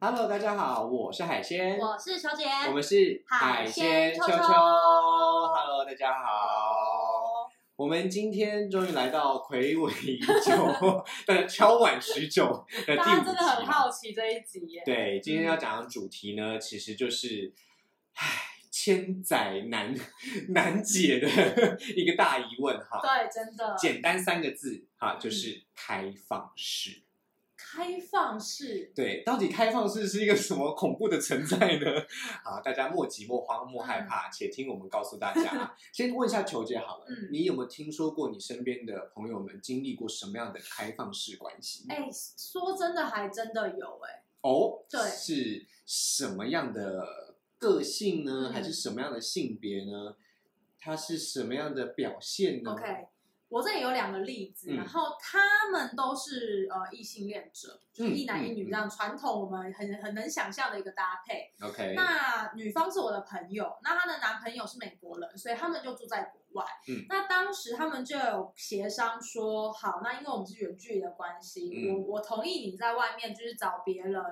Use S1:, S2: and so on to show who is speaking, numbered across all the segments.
S1: Hello，大家好，我是海鲜，
S2: 我是球姐，
S1: 我们是
S2: 海鲜
S1: 秋
S2: 秋
S1: 秋。
S2: 秋
S1: Hello，大家好。我们今天终于来到魁违已 久的敲碗许久的第五集。
S2: 大家真的很好嗯奇这一集耶。
S1: 对，今天要讲的主题呢，其实就是，唉，千载难难解的 一个大疑问哈。
S2: 对，嗯真的。
S1: 简单三个字哈，就是开放式。
S2: 开放式，
S1: 对，到底开放式是一个什么恐怖的存在呢？啊，大家莫急莫慌莫害怕，且听我们告诉大家。啊先问一下球姐好了，
S2: 嗯
S1: 你有没有听说过你身边的朋友们经历过什么样的开放式关系？
S2: 哎、说真的，还真的有哎。
S1: 哦，
S2: 对
S1: 是什么样的个性呢？
S2: 嗯
S1: 还是什么样的性别呢？它是什么样的表现呢
S2: OK，我这里有两个例子，
S1: 嗯
S2: 然后他们都是呃异性恋者，就是
S1: 嗯
S2: 一男一女
S1: 嗯
S2: 这样传统我们很很能想象的一个搭配。
S1: ？OK，
S2: 那女方是我的朋友，那她的男朋友是美国人，所以他们就住在国外。
S1: 嗯
S2: 那当时他们就有协商说，好，那因为我们是远距离的关系，
S1: 嗯
S2: 我我同意你在外面就是找别人，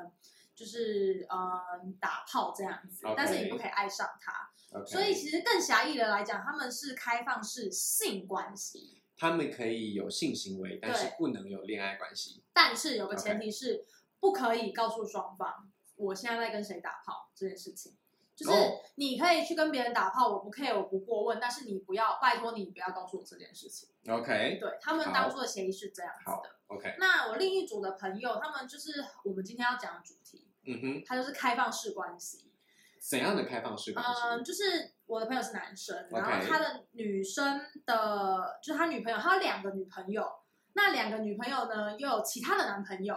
S2: 就是呃打炮这样子
S1: OK
S2: 但是你不可以爱上他。
S1: OK，
S2: 所以其实更狭义的来讲，他们是开放式性关系，
S1: 他们可以有性行为，但是
S2: 对
S1: 不能有恋爱关系。
S2: 但是有个
S1: OK
S2: 前提是不可以告诉双方我现在在跟谁打炮这件事情。就是
S1: 哦
S2: 你可以去跟别人打炮，我不 care，我不过问，但是你不要，拜托你不要告诉我这件事情。
S1: OK，OK，、
S2: 对他们当初的协议是这样子
S1: 好
S2: 的。那我另一组的朋友，他们就是我们今天要讲的主题，
S1: 嗯哼，
S2: 他就是开放式关系。
S1: 怎样的开放式关系？
S2: 嗯，就是我的朋友是男生，然
S1: OK
S2: 后他的女生的，就是他女朋友，他有两个女朋友，那两个女朋友呢又有其他的男朋友，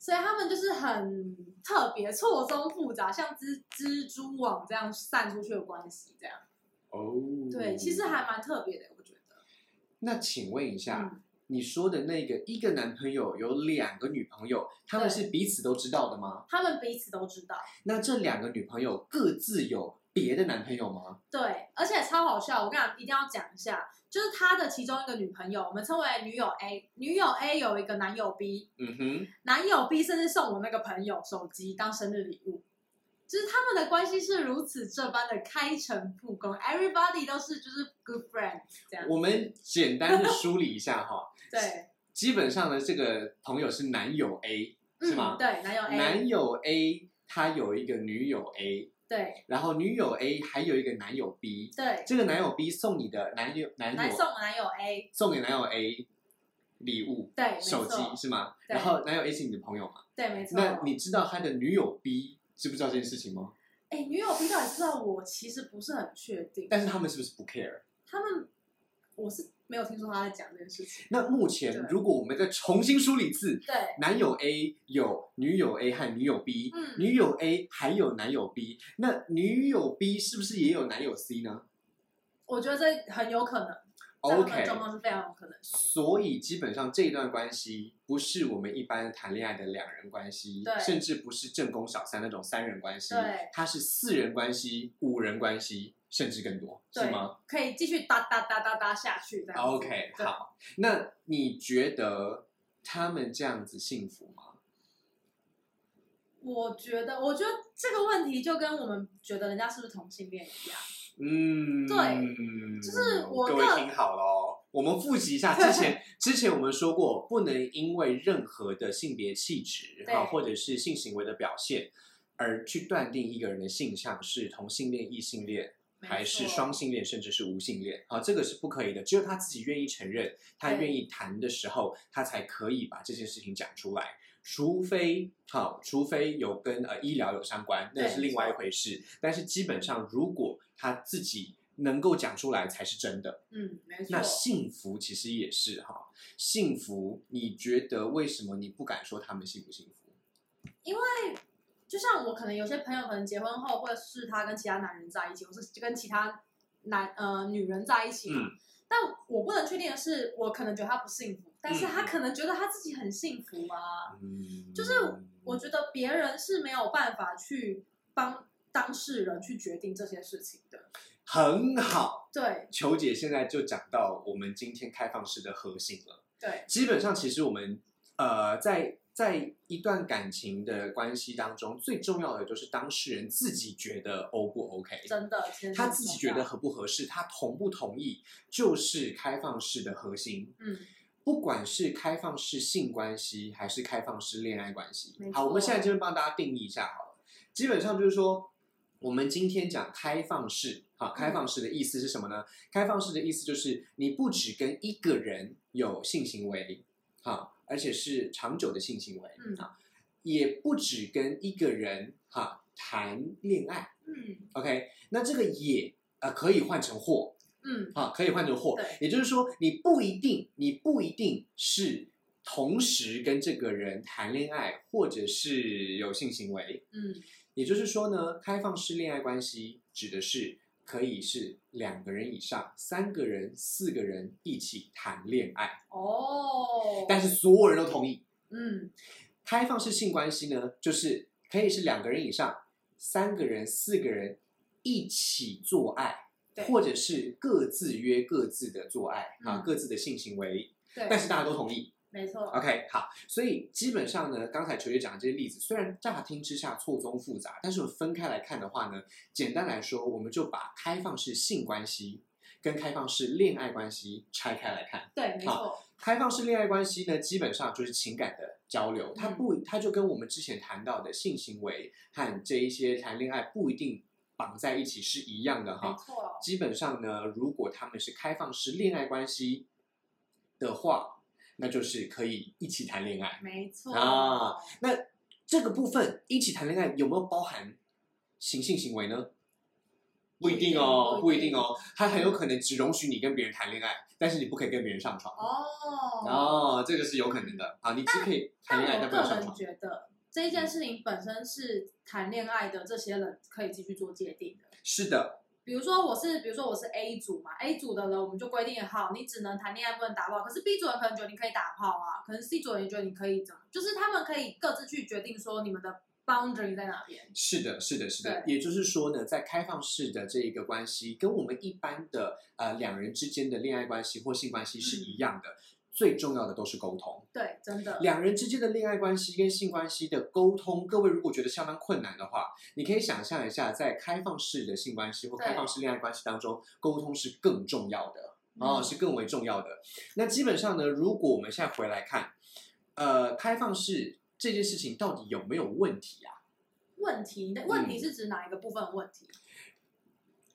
S2: 所以他们就是很特别、错综复杂，像蜘蜘蛛网这样散出去的关系，这样。
S1: 哦，
S2: 对，其实还蛮特别的，我觉得。
S1: 那请问一下，
S2: 嗯，
S1: 你说的那个一个男朋友有两个女朋友，他们
S2: 对
S1: 是彼此都知道的吗？
S2: 他们彼此都知道。
S1: 那这两个女朋友各自有别的男朋友吗？
S2: 对，而且超好笑，我跟你讲，一定要讲一下，就是他的其中一个女朋友，我们称为女友 A，女友 A 有一个男友 B，
S1: 嗯哼，
S2: 男友 B 甚至送我那个朋友手机当生日礼物，就是他们的关系是如此这般的开诚布公，everybody 都是就是 good friend 这样，
S1: 我们简单的梳理一下哈，
S2: 对，
S1: 基本上呢，这个朋友是男友 A 是吗
S2: 嗯，？对，男友 A，
S1: 男友 A 他有一个女友 A，
S2: 对
S1: 然后女友 A 还有一个男友 B，
S2: 对，
S1: 这个男友 B 送你的男友男
S2: 来
S1: 友
S2: 送我男友 A，
S1: 送给男友 A 礼物。
S2: 对，没
S1: 手机
S2: 错，
S1: 是吗？
S2: 对
S1: 然后男友 A 是你的朋友嘛？
S2: 对，没错，
S1: 那你知道他的女友 B 知不知道这件事情吗？
S2: 哎，女友 B 到底知道我其实不是很确定，
S1: 但是他们是不是不 care？
S2: 他们我是没有听说他在讲这件事情。
S1: 那目前
S2: 对
S1: 如果我们再重新梳理一次，
S2: 对，
S1: 男友 A 有女友 A 和女友 B，、
S2: 嗯
S1: 女友 A 还有男友 B，那女友 B 是不是也有男友 C 呢
S2: 我觉得这很有可能，在他们的
S1: ？OK，
S2: 状况是非常有可能。
S1: 所以基本上这一段关系不是我们一般谈恋爱的两人关系，
S2: 对
S1: 甚至不是正宫小三那种三人关系
S2: 对，
S1: 它是四人关系、五人关系，甚至更多，是
S2: 对
S1: 吗？啊
S2: 可以继续哒哒哒哒哒下去这样子。
S1: OK，
S2: 对，
S1: 好，那你觉得他们这样子幸福吗？
S2: 我觉得，我觉得这个问题就跟我们觉得人家是不是同性恋一样，
S1: 嗯，
S2: 对就是我
S1: 各
S2: 个
S1: 位听好了哦，我们复习一下之前 之前我们说过，不能因为任何的性别气质
S2: 对
S1: 哈，或者是性行为的表现。而去断定一个人的性向是同性恋、异性恋，
S2: 没错
S1: 还是双性恋，甚至是无性恋，啊好，这个是不可以的。只有他自己愿意承认，他
S2: 对
S1: 愿意谈的时候，他才可以把这件事情讲出来。除非好，除非有跟呃医疗有相关，那
S2: 对
S1: 是另外一回事。但是基本上，如果他自己能够讲出来才是真的。
S2: 嗯，没错
S1: 那。幸福其实也是哈，幸福，你觉得为什么你不敢说他们幸不幸福？
S2: 就像我可能有些朋友可能结婚后，或者是他跟其他男人在一起，或是跟其他男呃女人在一起嘛。
S1: 嗯
S2: 但我不能确定的是，我可能觉得他不幸福，但是他可能觉得他自己很幸福啊。
S1: 嗯，
S2: 就是我觉得别人是没有办法去帮当事人去决定这些事情的。
S1: 很好。
S2: 对
S1: 球姐现在就讲到我们今天开放式的核心了。
S2: 对，
S1: 基本上，其实我们呃在在一段感情的关系当中，最重要的就是当事人自己觉得 O 不 OK，
S2: 真的，其实
S1: 他
S2: 很
S1: 自己
S2: 重
S1: 觉得
S2: 要，
S1: 合不合适，他同不同意，就是开放式的核心。
S2: 嗯，
S1: 不管是开放式性关系还是开放式恋爱关系
S2: 没，
S1: 好，我们
S2: 错
S1: 现在这边帮大家定义一下好了。基本上就是说，我们今天讲开放式，好，
S2: 嗯
S1: 开放式的意思是什么呢？开放式的意思就是你不只跟一个人有性行为，好，而且是长久的性行为，
S2: 嗯
S1: 啊，也不只跟一个人哈谈恋爱
S2: 嗯
S1: ，OK？那这个也呃可以换成或，
S2: 嗯，
S1: 啊，可以换成货
S2: 对。
S1: 也就是说，你不一定，你不一定是同时跟这个人谈恋爱，或者是有性行为。
S2: 嗯，
S1: 也就是说呢，开放式恋爱关系指的是可以是两个人以上、三个人、四个人一起谈恋爱，
S2: 哦，
S1: 但是所有人都同意。
S2: 嗯
S1: 开放式性关系呢，就是可以是两个人以上、三个人、四个人一起做爱
S2: 对，
S1: 或者是各自约各自的做爱、啊
S2: 嗯，
S1: 各自的性行为，
S2: 对，
S1: 但是大家都啊同意。
S2: 没错，
S1: OK，好，所以基本上呢，刚才球姐讲的这些例子，虽然乍听之下错综复杂，但是我们分开来看的话呢，简单来说，我们就把开放式性关系跟开放式恋爱关系拆开来看。
S2: 对，没错，
S1: 开放式恋爱关系呢，基本上就是情感的交流，它不，它就跟我们之前谈到的性行为和这一些谈恋爱不一定绑在一起是一样的
S2: 没
S1: 哈。
S2: 错，
S1: 基本上呢，如果他们是开放式恋爱关系的话，那就是可以一起谈恋爱。
S2: 没错
S1: 啊，那这个部分一起谈恋爱有没有包含行性行为呢？不一定哦，
S2: 不
S1: 不
S2: 一
S1: 一
S2: 定
S1: 定哦，它很有可能只容许你跟别人谈恋爱，但是你不可以跟别人上床。
S2: 哦，
S1: 哦，这个是有可能的啊，你只可以谈
S2: 但
S1: 恋爱，
S2: 我
S1: 但不能
S2: 个
S1: 上
S2: 人
S1: 床。
S2: 觉得这
S1: 嗯
S2: 一件事情本身是谈恋爱的这些人可以继续做界定的。
S1: 是的，
S2: 比如说我是，比如说我是 A 组嘛，A 组的人我们就规定好，你只能谈恋爱不能打炮。可是 B 组人可能觉得你可以打炮啊，可能 C 组人也觉得你可以怎么，就是他们可以各自去决定说你们的 boundary 在哪边。
S1: 是的，是的，是的。
S2: 对
S1: 也就是说呢，在开放式的这一个关系，跟我们一般的呃两人之间的恋爱关系或性关系
S2: 嗯
S1: 是一样的，最重要的都是沟通。
S2: 对，真的，
S1: 两人之间的恋爱关系跟性关系的沟通，各位如果觉得相当困难的话，你可以想象一下，在开放式的性关系或
S2: 对
S1: 开放式恋爱关系当中，沟通是更重要的。哦，
S2: 嗯
S1: 是更为重要的。那基本上呢，如果我们现在回来看，呃，开放式这件事情到底有没有问题啊？
S2: 问题，你的
S1: 嗯
S2: 问题是指哪一个部分的问题？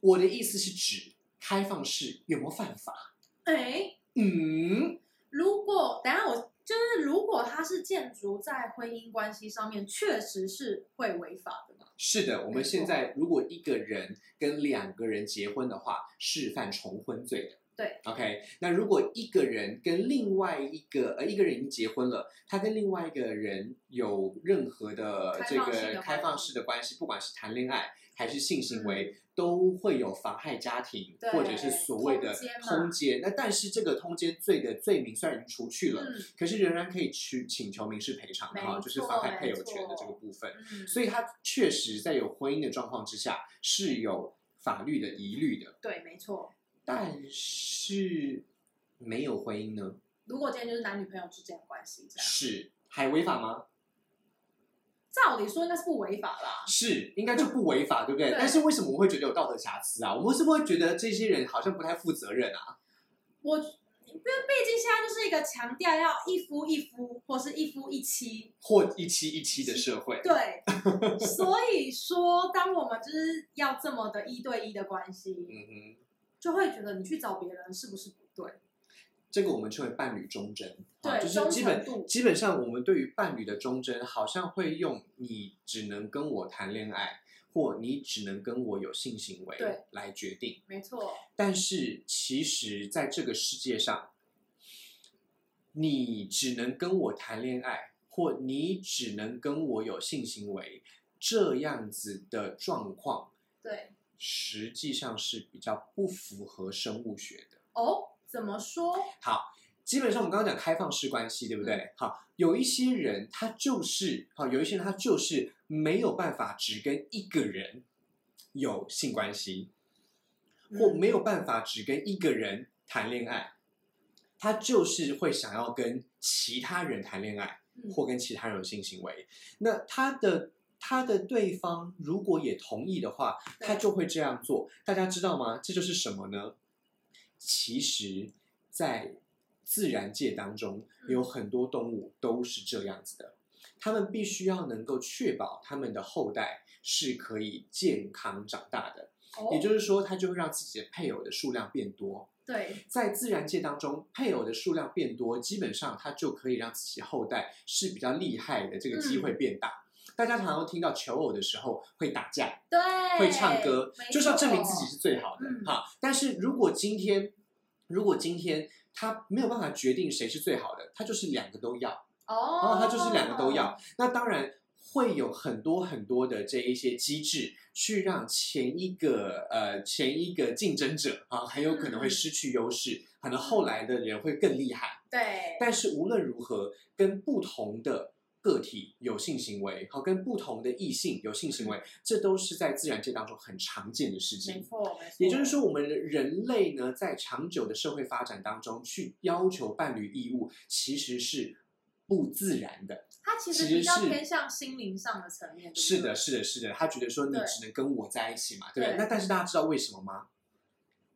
S1: 我的意思是指开放式有没有犯法？
S2: 哎、
S1: 嗯，
S2: 如果等一下我就是如果他是建筑在婚姻关系上面，确实是会违法的嘛？
S1: 是的，我
S2: 没
S1: 们
S2: 错
S1: 现在如果一个人跟两个人结婚的话，是犯重婚罪的。
S2: 对
S1: ，OK。那如果一个人跟另外一个呃一个人已经结婚了，他跟另外一个人有任何的
S2: 开
S1: 这
S2: 放性的
S1: 个
S2: 关
S1: 开放
S2: 系嗯
S1: 式的关系，不管是谈恋爱还是性行为，都会有妨害家庭
S2: 对
S1: 或者是所谓的
S2: 通奸嘛
S1: 通奸。那但是这个通奸罪的罪名虽然已经除去了，
S2: 嗯
S1: 可是仍然可以去请求民事赔偿的哈，
S2: 没
S1: 就是
S2: 错
S1: 妨害配
S2: 没
S1: 偶权的这个
S2: 错
S1: 部分。
S2: 嗯，
S1: 所以他确实在有婚姻的状况之下是有法律的疑虑的，
S2: 对，没错。
S1: 但是没有婚姻呢，
S2: 如果今天就是男女朋友之间的关系这样，
S1: 是还违法吗？
S2: 照理说应该是不违法啦。
S1: 是，应该就不违法，对不对？
S2: 对
S1: 但是为什么我会觉得有道德瑕疵啊？我们是不是会觉得这些人好像不太负责任啊？
S2: 我因为毕竟现在就是一个强调要一夫一夫或是一夫一妻，
S1: 或一妻一妻的社会，
S2: 对，所以说当我们就是要这么的一对一的关系，
S1: 嗯哼，
S2: 就会觉得你去找别人是不是不对？
S1: 这个我们称为伴侣忠贞，啊就
S2: 对，
S1: 是基本
S2: 忠诚度
S1: 基本上我们对于伴侣的忠贞，好像会用你只能跟我谈恋爱，或你只能跟我有性行为
S2: 对
S1: 来决定。
S2: 没错，
S1: 但是其实，在这个世界上，你只能跟我谈恋爱，或你只能跟我有性行为，这样子的状况，
S2: 对
S1: 实际上是比较不符合生物学的。
S2: 哦，怎么说？
S1: 基本上我们刚刚讲开放式关系，对不
S2: 嗯
S1: 对？好，有一些人他就是好，有一些人他就是没有办法只跟一个人有性关系，或
S2: 嗯
S1: 没有办法只跟一个人谈恋爱，他就是会想要跟其他人谈恋爱，
S2: 嗯
S1: 或跟其他人有性行为，那他的他的对方如果也同意的话，
S2: 对
S1: 他就会这样做。大家知道吗？这就是什么呢？其实，在自然界当中，
S2: 嗯
S1: 有很多动物都是这样子的，它们必须要能够确保它们的后代是可以健康长大的。
S2: 哦，
S1: 也就是说，它就会让自己的配偶的数量变多。
S2: 对，
S1: 在自然界当中，配偶的数量变多，基本上它就可以让自己后代是比较厉害的这个
S2: 嗯
S1: 机会变大。大家常常听到求偶的时候会打架，
S2: 对，
S1: 会唱歌
S2: 哎没，
S1: 就是要
S2: 错
S1: 证明自己是最好的
S2: 嗯
S1: 哈、但是如果今天，如果今天他没有办法决定谁是最好的，他就是两个都要。
S2: 哦，
S1: 然后它就是两个都要。那当然会有很多很多的这一些机制，去让前一个呃前一个竞争者啊，很有可能会
S2: 嗯
S1: 失去优势，可能后来的人会更厉害。
S2: 对，
S1: 但是无论如何，跟不同的个体有性行为，和跟不同的异性有性行为，这都是在自然界当中很常见的事情
S2: 嗯没。错，没错。
S1: 也就是，说，我们人类呢，在长久的社会发展当中，去要求伴侣义务，其实是不自然的。
S2: 它其实
S1: 其实
S2: 比较
S1: 是
S2: 偏向心灵上的层面。对不
S1: 是
S2: 对
S1: 的，，是的，是的。他觉得说你
S2: 嗯对
S1: 只能跟我在一起嘛，对不对？
S2: 对
S1: 那但是大家知道为什么吗？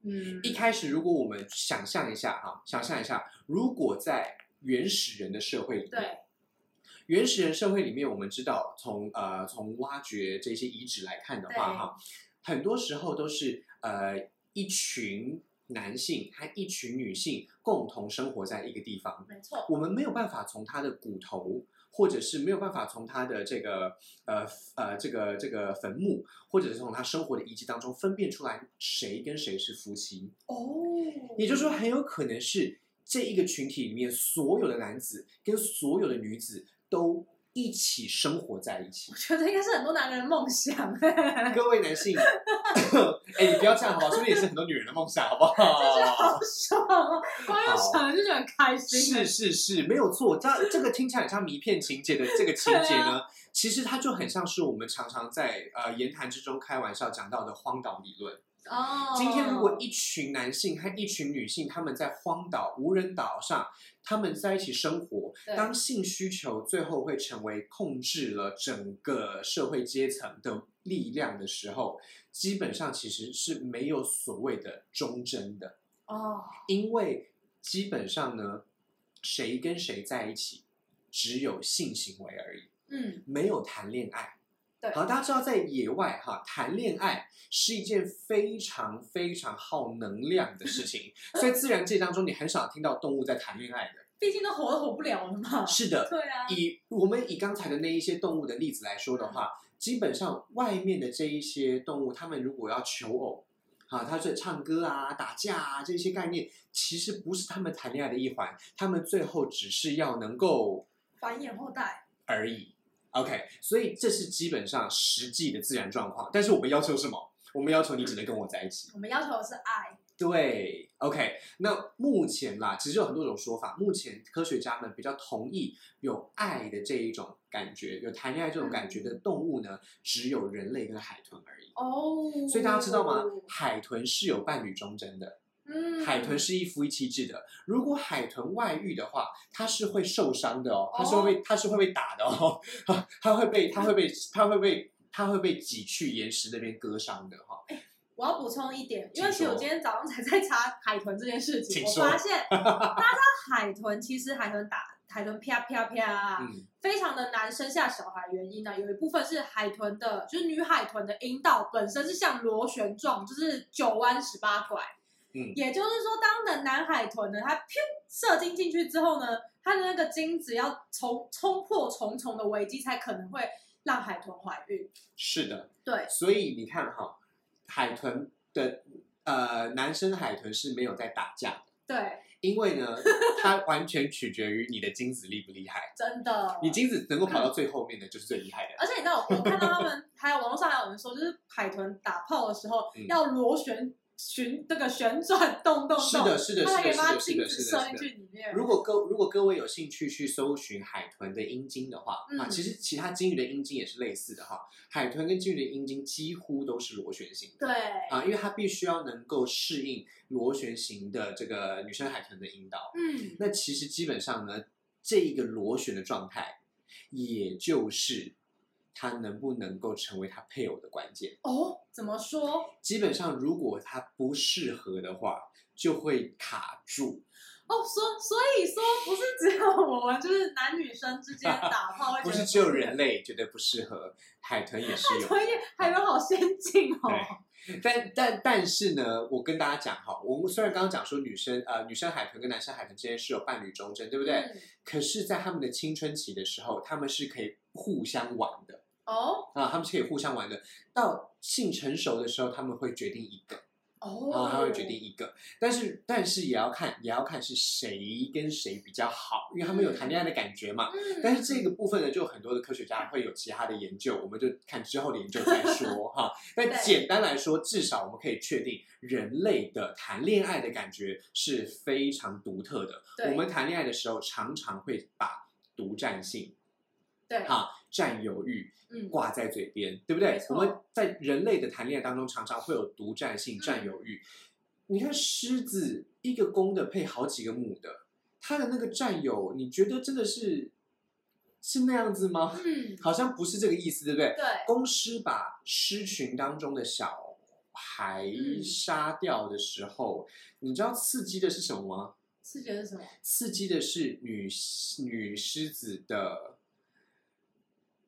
S2: 嗯，
S1: 一开始，如果我们想象一下哈、想象一下，如果在原始人的社会里面，
S2: 对，
S1: 原始人社会里面，我们知道从呃从挖掘这些遗址来看的话，
S2: 对
S1: 哈，很多时候都是呃一群男性和一群女性共同生活在一个地方，
S2: 没错，
S1: 我们没有办法从他的骨头，或者是没有办法从他的这个呃呃这个这个坟墓，或者是从他生活的遗迹当中分辨出来谁跟谁是夫妻，
S2: 哦，
S1: 也就是说，很有可能是这一个群体里面所有的男子跟所有的女子都一起生活在一起
S2: 我。觉得应该是很多男人的梦想， 就是
S1: 各位男性， 哎、你不要这样好不好？说不定也是很多女人的梦想，好不好
S2: 好？爽哦，光用想就觉得很开心。
S1: 是是是，没有错。它这个听起来很像迷片情节的这个情节
S2: 对啊
S1: 呢，其实它就很像是我们常常在呃言谈之中开玩笑讲到的荒岛理论。
S2: 哦，
S1: 今天如果一群男性和一群女性他们在荒岛无人岛上，他们在一起生活，
S2: 对
S1: 当性需求最后会成为控制了整个社会阶层的力量的时候，基本上其实是没有所谓的忠贞的。
S2: 哦，
S1: 因为基本上呢，谁跟谁在一起，只有性行为而已，
S2: 嗯，
S1: 没有谈恋爱。
S2: 对
S1: 好，大家知道在野外哈，谈恋爱是一件非常非常耗能量的事 情，所以自然界当中你很少听到动物在谈恋爱的。
S2: 毕竟都活都活不了了嘛。
S1: 是的，
S2: 对啊，
S1: 以我们以刚才的那一些动物的例子来说的话，基本上外面的这一些动物，它们如果要求偶，啊，它是唱歌啊、打架啊这些概念，其实不是他们谈恋爱的一环，他们最后只是要能够
S2: 繁衍后代，
S1: 而已。OK，所以这是基本上实际的自然状况。但是我们要求什么？我们要求你只能跟我在一起。
S2: 我们要求的是爱。
S1: 对，OK，那目前啦，其实有很多种说法。目前科学家们比较同意有爱的这一种感觉，有谈恋爱这种感觉
S2: 嗯
S1: 的动物呢，只有人类跟海豚而已。
S2: 哦，
S1: 所以大家知道吗？海豚是有伴侣忠贞的，
S2: 嗯，
S1: 海豚是一夫一妻制的。如果海豚外遇的话，它是会受伤的哦，它是会被它是会被打的哦， 它会被它会被它会被它会被挤去岩石那边割伤的哈、
S2: 我要补充一点，因
S1: 请
S2: 为其实
S1: 说
S2: 我今天早上才在查海豚这件事情，
S1: 请
S2: 我
S1: 说
S2: 发现大家 知道海豚其实海豚打海豚啪啪啪啊，
S1: 嗯，
S2: 非常的难生下小孩，原因呢、有一部分是海豚的，就是女海豚的阴道本身是像螺旋状，就是九弯十八拐。
S1: 嗯
S2: 也就是说，当的男海豚呢，它噗射精进去之后呢，它的那个精子要冲冲破重重的危机，才可能会让海豚怀孕。
S1: 是的。
S2: 对，
S1: 所以你看哈，海豚的呃男生海豚是没有在打架的，
S2: 对，
S1: 因为呢，它完全取决于你的精子厉不厉害。
S2: 真的。
S1: 你精子能够跑到最后面的，就是最厉害的。
S2: 而且你知道，我看到 他们还有网络上还有人说，就是海豚打炮的时候、
S1: 嗯
S2: 要螺旋旋那个旋转动动动，
S1: 是的，是的，
S2: 它才
S1: 是
S2: 可
S1: 的，是
S2: 以
S1: 的，
S2: 把它
S1: 是
S2: 精
S1: 的，
S2: 子
S1: 是
S2: 射
S1: 的，
S2: 进
S1: 是的。
S2: 去里面。
S1: 如果各如果各位有兴趣去搜寻海豚的阴茎的话，啊，
S2: 嗯
S1: 其实其他鲸鱼的阴茎也是类似的哈。海豚跟鲸鱼的阴茎几乎都是螺旋形的。
S2: 对，
S1: 啊，因为它必须要能够适应螺旋形的这个女生海豚的阴道，
S2: 嗯，
S1: 那其实基本上呢，这一个螺旋的状态，也就是他能不能够成为他配偶的关键。
S2: 哦，怎么说？
S1: 基本上，如果他不适合的话，就会卡住。
S2: 哦，所所以说不是只有我们，就是男女生之间 打炮会觉得
S1: 不是只有人类觉得不适合，海豚也是 有。
S2: 所以海伦好先进哦。
S1: 哎但但但是呢，我跟大家讲哈，我们虽然刚刚讲说女生呃女生海豚跟男生海豚之间是有伴侣忠贞，对不对？
S2: 嗯
S1: 可是，在他们的青春期的时候，他们是可以互相玩的
S2: 哦
S1: 啊，他们是可以互相玩的。到性成熟的时候，他们会决定一个
S2: 哦
S1: 啊，，他会决定一个。但是但是也要看也要看是谁跟谁比较好，因为他们有谈恋爱的感觉嘛。
S2: 嗯
S1: 但是这个部分呢，就有很多的科学家会有其他的研究，我们就看之后的研究再 说哈。但
S2: 对
S1: 简单来说，至少我们可以确定，人类的谈恋爱的感觉是非常独特的。
S2: 对
S1: 我们谈恋爱的时候，常常会把独占性、
S2: 对，
S1: 哈占有欲
S2: 嗯，
S1: 挂在嘴边，对不对
S2: 没？错
S1: 我们在人类的谈恋爱当中，常常会有独占
S2: 嗯
S1: 性、占有欲。你看狮子，一个公的配好几个母的，它的那个占有，你觉得真的是是那样子吗？
S2: 嗯，
S1: 好像不是这个意思，对不对？
S2: 对，
S1: 公狮把狮群当中的小孩
S2: 嗯
S1: 杀掉的时候，你知道刺激的是什么吗？
S2: 是觉得什么？
S1: 刺激的是女女狮子的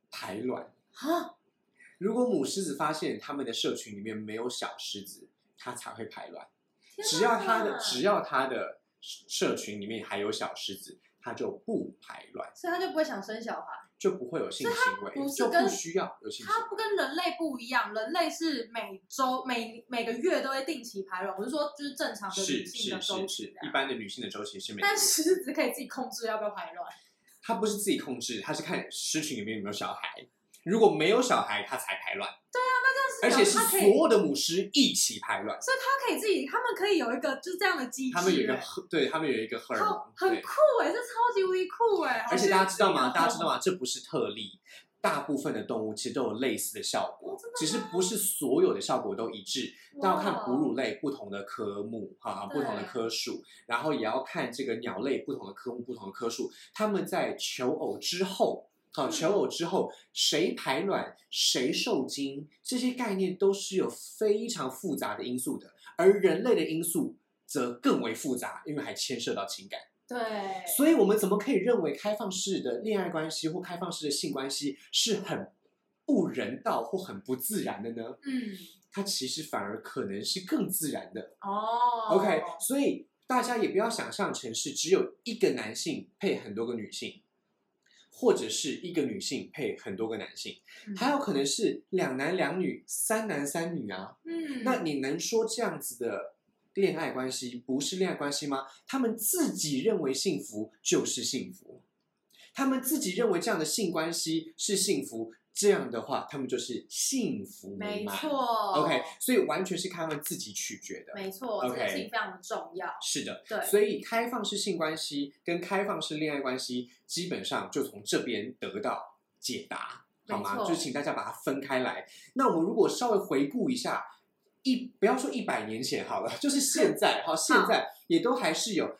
S1: 排卵。
S2: 啊，
S1: 如果母狮子发现它们的社群里面没有小狮子，它才会排卵。
S2: 天
S1: 只要它的
S2: 哪
S1: 只要它的社群里面还有小狮子，它就不排卵，
S2: 所以他就不会想生小孩，
S1: 就不会有性行为，
S2: 不是
S1: 就不
S2: 跟
S1: 需要有性行为
S2: 他。不跟人类不一样，人类是每周每每个月都会定期排卵，我是说就是正常的
S1: 是
S2: 女性
S1: 是
S2: 的周
S1: 是是
S2: 期这，
S1: 一
S2: 样。
S1: 般的女性的周期是每个月
S2: 但狮子可以自己控制要不要排卵，
S1: 她不是自己控制，她是看狮群里面有没有小孩。如果没有小孩，她才排卵，
S2: 但
S1: 而
S2: 是
S1: 且是
S2: 它可
S1: 所
S2: 以，
S1: 有的母狮一起排卵。
S2: 所以它可以自己，他们可以有一个就是这样的机制、
S1: 他们有一个
S2: 哎
S1: 荷对，他们有一个荷尔
S2: 好
S1: 蒙，
S2: 很
S1: 对
S2: 酷哎、这超级无敌酷哎、好
S1: 而且大家知道吗？
S2: 炫技哦
S1: 大家知道吗？这不是特例，大部分的动物其实都有类似的效
S2: 哦
S1: 果，只是不是所有的效果都一致。那要看哺乳类不同的科目哈、
S2: 对
S1: 不同的科属，然后也要看这个鸟类不同的科目、不同的科属，它们在求偶之后。好，
S2: 嗯
S1: 求偶之后谁排卵、谁受精，这些概念都是有非常复杂的因素的，而人类的因素则更为复杂，因为还牵涉到情感。
S2: 对，
S1: 所以我们怎么可以认为开放式的恋爱关系或开放式的性关系是很不人道或很不自然的呢？
S2: 嗯，
S1: 它其实反而可能是更自然的。
S2: 哦
S1: OK，所以大家也不要想象成是只有一个男性配很多个女性，或者是一个女性配很多个男性，
S2: 嗯
S1: 还有可能是两男两女、三男三女啊。
S2: 嗯，
S1: 那你能说这样子的恋爱关系不是恋爱关系吗？他们自己认为幸福就是幸福，他们自己认为这样的性关系是幸福，这样的话他们就是幸福美
S2: 没
S1: 满。
S2: 错
S1: OK，所以完全是看他们自己取决的。
S2: 没错
S1: OK
S2: 这个事情非常的重要，
S1: 是的，
S2: 对，
S1: 所以开放式性关系跟开放式恋爱关系，基本上就从这边得到解答，好吗？
S2: 没错
S1: 就是请大家把它分开来。那我们如果稍微回顾一下，一不要说一百年前好了， 就是现在哈，现在也都还是有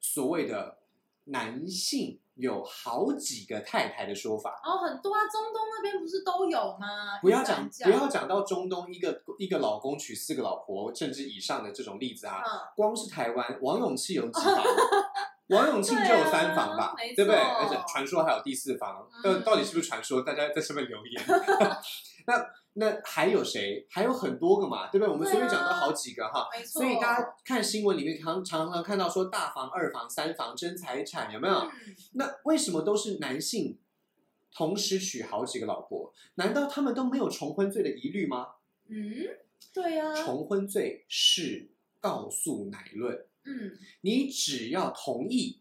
S1: 所谓的男性有好几个太太的说法。
S2: 哦，很多啊，中东那边不是都有吗？
S1: 不要
S2: 伊斯兰
S1: 讲，
S2: 教
S1: 不要讲到中东一个一个老公娶四个老婆，甚至以上的这种例子啊，
S2: 嗯，
S1: 光是台湾，王永庆有几 房？王永庆就有三房吧，
S2: 对啊
S1: 对不对？
S2: 没错
S1: 而且传说还有第四房，
S2: 嗯
S1: 呃、到底是不是传说？大家在上面留 言。那那还有谁？还有很多个嘛，对不对？我们随便讲到好几个哈。
S2: 没错，
S1: 所以大家看新闻里面常常常看到说大房、二房、三房争财产，有没有？
S2: 嗯
S1: 那为什么都是男性同时娶好几个老婆？难道他们都没有重婚罪的疑虑吗？
S2: 嗯，对呀、啊，
S1: 重婚罪是告诉乃论。
S2: 嗯，
S1: 你只要同意，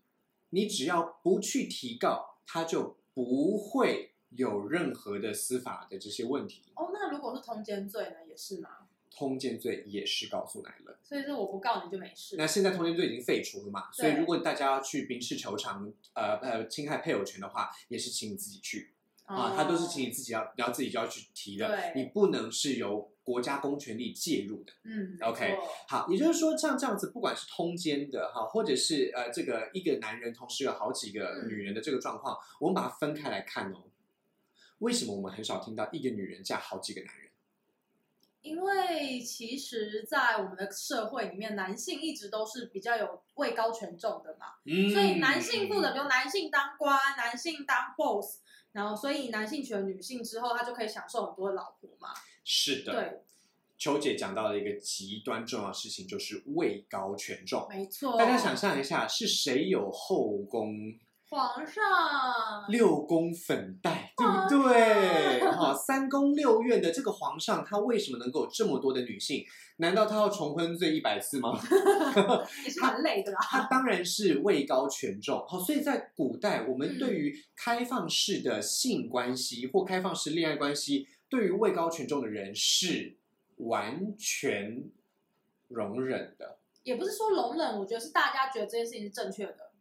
S1: 你只要不去提告，他就不会有任何的司法的这些问题。
S2: 哦，那如果是通奸罪呢，也是吗？
S1: 通奸罪也是告诉乃论，
S2: 所以说我不告你就没事。
S1: 那现在通奸罪已经废除了嘛，所以
S2: 对
S1: 如果大家要去民事求偿，呃呃，侵害配偶权的话，也是请你自己去。啊，它都是请你自己要要自己就要去提的，
S2: 哦对
S1: 你不能是由国家公权力介入的。
S2: 嗯
S1: OK
S2: 没错
S1: 好，也就是说，像这样子，不管是通奸的哈，或者是呃，这个一个男人同时有好几个
S2: 嗯
S1: 女人的这个状况，我们把它分开来看哦。为什么我们很少听到一个女人嫁好几个男人？
S2: 因为其实，在我们的社会里面，男性一直都是比较有位高权重的嘛，
S1: 嗯
S2: 所以男性负责，比如男性当官，男性当 boss，然后所以男性娶了女性之后，他就可以享受很多老婆嘛。
S1: 是的，
S2: 对，
S1: 秋姐讲到了一个极端重要的事情，就是位高权重。
S2: 没错。
S1: 大家想象一下，是谁有后宫
S2: 皇上，
S1: 六宫粉黛，对
S2: 啊
S1: 不对？ 哈、三宫六院的这个皇上，他为什么能够有这么多的女性？难道他要重婚罪一百次吗？
S2: 也是蛮累的啦。
S1: 它当然是位高权重。好，所以在古代，我们
S2: 嗯
S1: 对于开放式的性关系或开放式恋爱关系，对于位高权重的人是完全容忍的、
S2: 也不是说容忍，我觉得是大家觉得这件事情是正确的，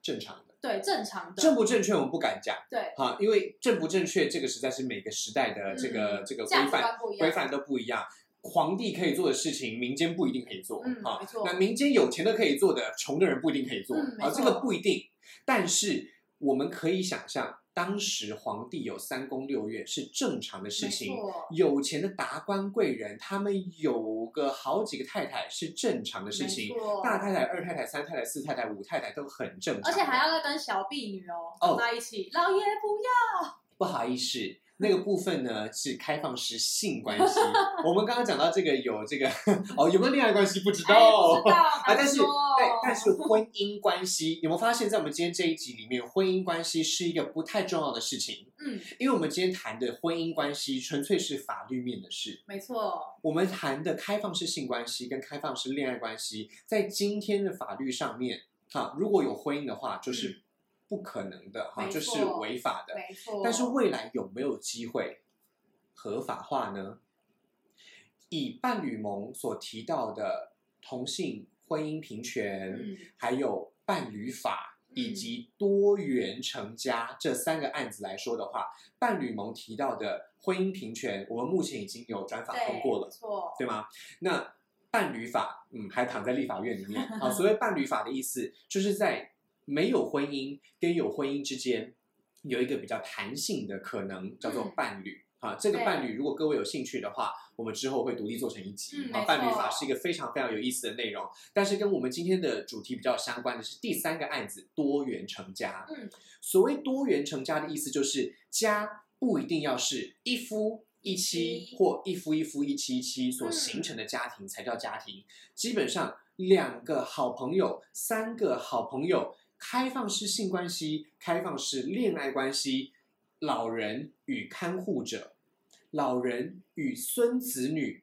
S1: 正常的。
S2: 对，正常的，
S1: 正不正确，我们不敢讲。
S2: 对，
S1: 哈，因为正不正确，这个实在是每个时代的这个、
S2: 嗯
S1: 这个规
S2: 价值
S1: 范
S2: 观不一样
S1: 规。范都不一样。皇帝可以做的事情，民间不一定可以做。
S2: 嗯
S1: 啊
S2: 没错
S1: 那民间有钱的可以做的，穷的人不一定可以做。
S2: 嗯没
S1: 啊，
S2: 错
S1: 这个不一定。但是我们可以想象，当时皇帝有三宫六院是正常的事情
S2: 没。错
S1: 有钱的达官贵人，他们有个好几个太太是正常的事情
S2: 没。错
S1: 大太太、二太太、三太太、四太太、五太太都很正常。
S2: 而且还要再跟小婢女哦
S1: 哦
S2: 走在一起，老爷不要。
S1: 不好意思，那个部分呢是开放式性关 系。我们刚刚讲到这个有这个 哦，有没有恋爱关系不知道
S2: 哎，不知道啊
S1: 啊，但是对，但是婚姻关系，有没有发现，在我们今天这一集里面，婚姻关系是一个不太重要的事情，
S2: 嗯，
S1: 因为我们今天谈的婚姻关系纯粹是法律面的事，
S2: 没错，
S1: 我们谈的开放式性关系跟开放式恋爱关系，在今天的法律上面，哈，如果有婚姻的话，就是不可能的，哈，
S2: 嗯没
S1: 就
S2: 错
S1: 是违法的。
S2: 没错。
S1: 但是未来有没有机会合法化呢？以伴侣盟所提到的同性婚姻平权，
S2: 嗯
S1: 还有伴侣法
S2: 嗯
S1: 以及多元成家这三个案子来说的话，伴侣盟提到的婚姻平权，我们目前已经有转法
S2: 对
S1: 通过了
S2: 没。错，
S1: 对吗？那伴侣法，嗯，还躺在立法院里面啊。所谓伴侣法的意思，就是在没有婚姻跟有婚姻之间，有一个比较弹性的可能，叫做
S2: 嗯
S1: 伴侣。啊，这个
S2: 对
S1: 伴侣，如果各位有兴趣的话，我们之后会独立做成一集。
S2: 嗯
S1: 啊，
S2: 没
S1: 伴侣
S2: 错
S1: 法是一个非常非常有意思的内容，但是跟我们今天的主题比较相关的是第三个案子——多元成家。
S2: 嗯，
S1: 所谓多元成家的意思就是家不一定要是一夫一妻
S2: 妻
S1: 或一夫一夫一妻一妻所形成的家庭才叫家庭。基本上，两个好朋友、三个好朋友，开放式性关系、开放式恋爱关系，老人与看护者，老人与孙子女，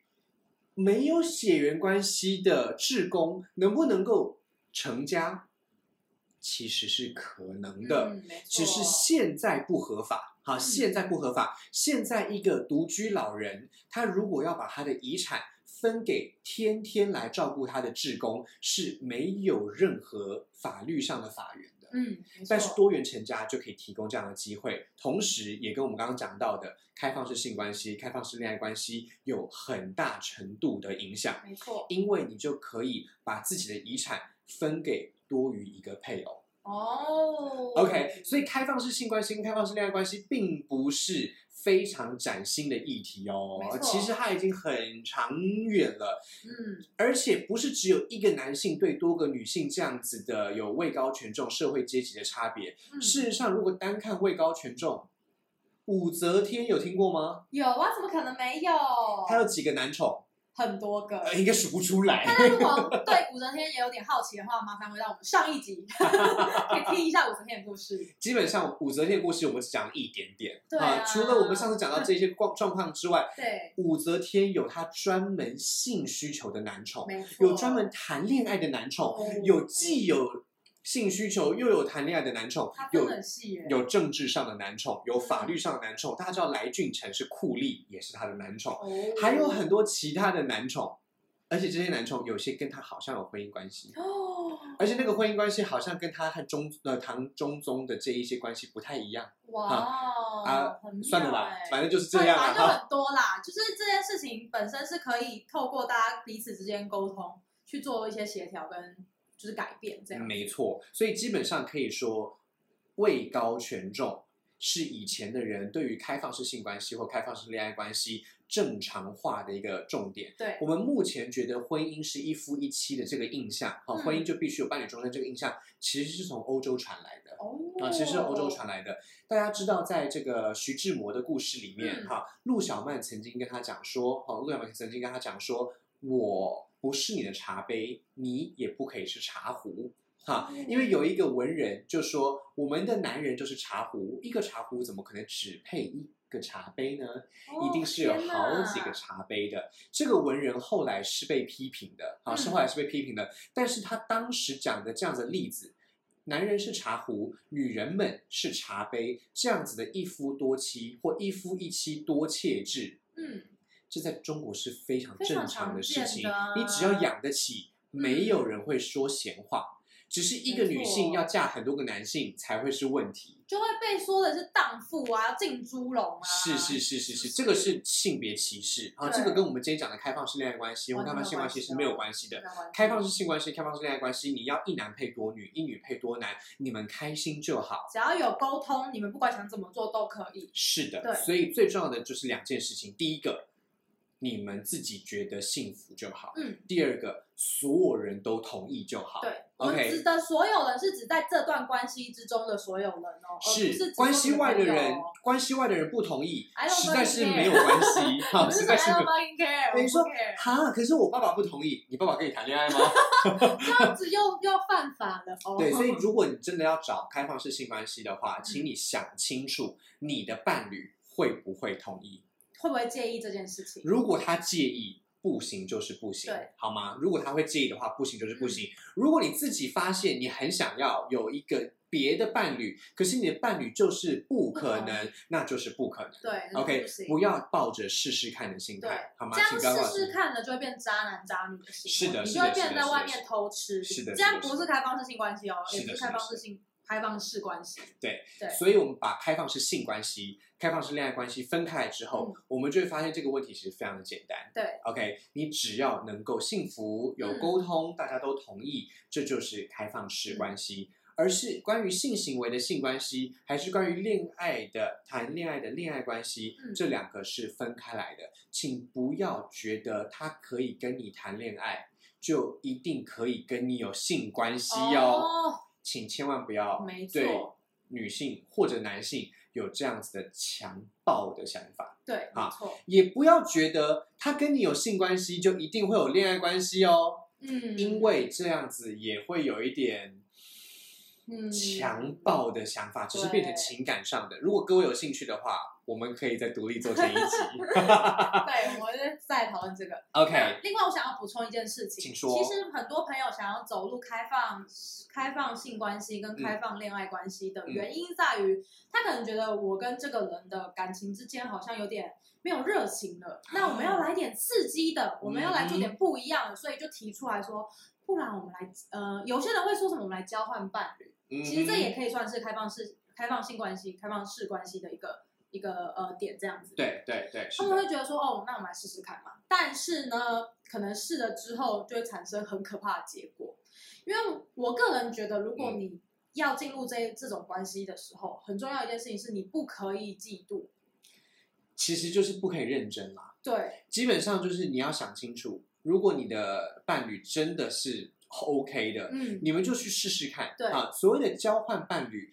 S1: 没有血缘关系的志工，能不能够成家？其实是可能的。
S2: 嗯，没错
S1: 只是现在不合法。
S2: 嗯
S1: 好，现在不合法。现在一个独居老人，他如果要把他的遗产分给天天来照顾他的志工，是没有任何法律上的法源的。
S2: 嗯，没错
S1: 但是多元成家就可以提供这样的机会，同时也跟我们刚刚讲到的开放式性关系、开放式恋爱关系有很大程度的影响，
S2: 没错
S1: 因为你就可以把自己的遗产分给多于一个配偶。
S2: 哦。
S1: OK，所以开放式性关系跟开放式恋爱关系并不是非常崭新的议题哦
S2: 没，错
S1: 其实它已经很长远了，
S2: 嗯，
S1: 而且不是只有一个男性对多个女性这样子的有位高权重、社会阶级的差别。
S2: 嗯
S1: 事实上，如果单看位高权重，武则天有听过吗？
S2: 有啊，怎么可能没有？
S1: 她有几个男宠？
S2: 很多个。
S1: 呃，应该数不出来。
S2: 大家如果对武则天也有点好奇的话，麻烦回到我们上一集，可以听一下武则天的故事。
S1: 基本上武则天的故事我们只讲了一点点
S2: 对啊嗯
S1: 除了我们上次讲到这些状状况之外，
S2: 对，
S1: 武则天有她专门性需求的男宠，
S2: 没错，
S1: 有专门谈恋爱的男宠，
S2: 哦
S1: 有既有性需求又有谈恋爱的男宠
S2: 他，分
S1: 有
S2: 得很嗯细耶。
S1: 有政治上的男宠，有法律上的男宠。大家知道来俊臣是酷吏，也是他的男宠，
S2: 哦，
S1: 还有很多其他的男宠，而且这些男宠有些跟他好像有婚姻关系。
S2: 哦，
S1: 而且那个婚姻关系好像跟他和中呃唐中宗的这一些关系不太一样，
S2: 哇
S1: 啊
S2: 哦，
S1: 啊
S2: 很妙
S1: 算了啦
S2: 哎，
S1: 反正就是这样啊啦
S2: 对反正就
S1: 哈。
S2: 很多啦，就是这件事情本身是可以透过大家彼此之间沟通去做一些协调跟就是改变这样。
S1: 没错，所以基本上可以说，位高权重是以前的人对于开放式性关系或开放式恋爱关系正常化的一个重点。
S2: 对
S1: 我们目前觉得婚姻是一夫一妻的这个印象，哦，
S2: 嗯
S1: 婚姻就必须有伴侣终身这个印象，其实是从欧洲传来的。
S2: 哦，
S1: 啊，其实是欧洲传来的。大家知道，在这个徐志摩的故事里面，
S2: 嗯
S1: 哈、陆小曼曾经跟他讲说，哦，陆小曼曾经跟他讲说，我不是你的茶杯，你也不可以是茶壶，哈、
S2: 哦
S1: 因为有一个文人就说，我们的男人就是茶壶，一个茶壶怎么可能只配一个茶杯呢？
S2: 哦
S1: 一定是有
S2: 天哪
S1: 好几个茶杯的。这个文人后来是被批评的，啊，是后
S2: 嗯
S1: 来是被批评的。但是他当时讲的这样子的例子，男人是茶壶，女人们是茶杯，这样子的一夫多妻或一夫一妻多妾制，
S2: 嗯，
S1: 这在中国是非常
S2: 非常
S1: 正常的事情。
S2: 常见的啊
S1: 你只要养得起，没有人会说闲话。只是一个
S2: 没错
S1: 女性要嫁很多个男性才会是问题。
S2: 就会被说的是荡妇啊、进猪笼啊，
S1: 是是是是是，这个是性别歧视啊，
S2: 对
S1: 这个跟我们今天讲的开放式恋爱关系或
S2: 完
S1: 开
S2: 全
S1: 放性关系是没有关系
S2: 这
S1: 的。
S2: 样玩
S1: 开放式性关系、开放式恋爱关系，你要一男配多女，一女配多男，你们开心就好。
S2: 只要有沟通，你们不管想怎么做都可以。
S1: 是的，
S2: 对
S1: 所以最重要的就是两件事情：第一个，你们自己觉得幸福就好；
S2: 嗯，
S1: 第二个，所有人都同意就好。
S2: 对，我们
S1: OK
S2: 指的所有人是指在这段关系之中的所有人哦，而不
S1: 是
S2: 是
S1: 关系外的人
S2: 我，
S1: 关系外的人不同意
S2: 哦 I，don't
S1: 实在是
S2: fucking
S1: 没有关系， 哈，
S2: 不
S1: 实
S2: 是
S1: 在
S2: I
S1: 是没
S2: don't
S1: 有。
S2: fucking care，
S1: 等于说
S2: 我不 care
S1: 哈，可是我爸爸不同意，你爸爸跟你谈恋爱吗？
S2: 这样子又又犯法了哦。
S1: 对，所以如果你真的要找开放式性关系的话，
S2: 嗯
S1: 请你想清楚你的伴侣会不会同意。
S2: 会不会介意这件事情？
S1: 如果他介意，不行就是不行
S2: 对，嗯
S1: 好吗？如果他会介意的话，不行就是不行。如果你自己发现你很想要有一个别的伴侣，可是你的伴侣就是不可能，那就是不可能。
S2: 对那就
S1: ，OK，
S2: 不行
S1: 不要抱着试试看的心
S2: 对
S1: 态，好吗？
S2: 这
S1: 请不要抱
S2: 样
S1: 着
S2: 试试看了，就会变渣男渣女的行为，
S1: 是的
S2: 你
S1: 是
S2: 就
S1: 的
S2: 会变
S1: 是
S2: 成
S1: 的
S2: 在外
S1: 是的
S2: 面偷吃。
S1: 是的
S2: 这样
S1: 是的
S2: 不是开放式性关系哦，
S1: 是的
S2: 也不
S1: 是的
S2: 开放式性开放式关系。
S1: 对
S2: 对
S1: 所以我们把开放式性关系、开放式恋爱关系分开来之后，我们就会发现这个问题其实非常的简单。
S2: 嗯对
S1: ，OK，你只要能够幸福、有
S2: 嗯
S1: 沟通，大家都同意，这就是开放式关系。
S2: 嗯
S1: 而是关于性行为的性关系，还是关于恋爱的谈恋爱的恋爱关系，
S2: 嗯
S1: 这两个是分开来的。请不要觉得他可以跟你谈恋爱，就一定可以跟你有性关系
S2: 哦，
S1: 请千万不要
S2: 没错
S1: 对女性或者男性有这样子的强暴的想法，
S2: 对，
S1: 啊
S2: 没错，
S1: 也不要觉得他跟你有性关系就一定会有恋爱关系哦，
S2: 嗯，
S1: 因为这样子也会有一点
S2: 嗯
S1: 强暴的想法，只是
S2: 对
S1: 变成情感上的。如果各位有兴趣的话，我们可以再独立做成一 集。
S2: 对，我们在讨论这个。
S1: OK，
S2: 另外，我想要补充一件事情，
S1: 请说
S2: 其实很多朋友想要走入开放、开放性关系
S1: 嗯
S2: 跟开放恋爱关系的原因在于，他可能觉得我跟这个人的感情之间好像有点没有热情了，那我们要来点刺激的，我们要来做
S1: 嗯
S2: 点不一样的，所以就提出来说，不然我们来，呃，有些人会说什么，我们来交换伴侣，
S1: 嗯
S2: 其实这也可以算是开放式、开放性关系、开放式关系的一个一个呃点这样子。
S1: 对对对，是
S2: 他们
S1: 的，
S2: 会觉得说，哦，那我们来试试看嘛。但是呢，可能试了之后就会产生很可怕的结果，因为我个人觉得，如
S1: 嗯
S2: 果你要进入这这种关系的时候，很重要一件事情是你不可以嫉妒，
S1: 其实就是不可以认真啦。
S2: 对，
S1: 基本上就是你要想清楚，如果你的伴侣真的是 OK 的，
S2: 嗯，
S1: 你们就去试试看。
S2: 对
S1: 啊，所谓的交换伴侣，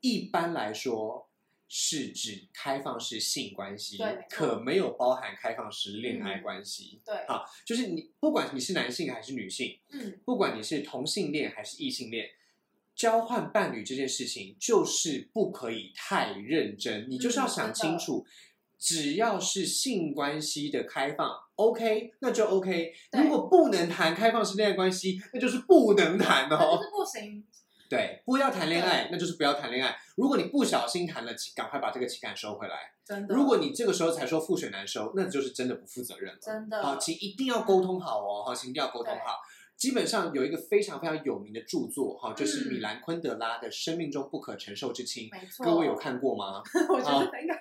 S1: 一般来说是指开放式性关系
S2: 对没，错嗯
S1: 可没有包含开放式恋爱关系。
S2: 对，
S1: 啊，就是你不管你是男性还是女性，
S2: 嗯，
S1: 不管你是同性恋还是异性恋，交换伴侣这件事情就是不可以太认真，你
S2: 嗯
S1: 就是要想清楚，只要是性关系的开放，OK，那就 OK。
S2: 对
S1: 如果不能谈开放式恋爱关系，那就是不能谈
S2: 那就
S1: 哦。
S2: 是不行，
S1: 对，不要谈恋爱，那就是不要谈恋爱。如果你不小心谈了，请赶快把这个情感收回来。
S2: 真的。
S1: 如果你这个时候才说复选难收，那就是真的不负责任了。
S2: 真的
S1: 好，请一定要沟通好哦，好，请一定要沟通
S2: 对
S1: 好。基本上有一个非常非常有名的著作哈，就是
S2: 嗯
S1: 米兰昆德拉的《生命中不可承受之轻》，
S2: 没错，
S1: 各位有啊看过吗？
S2: 我觉得应该、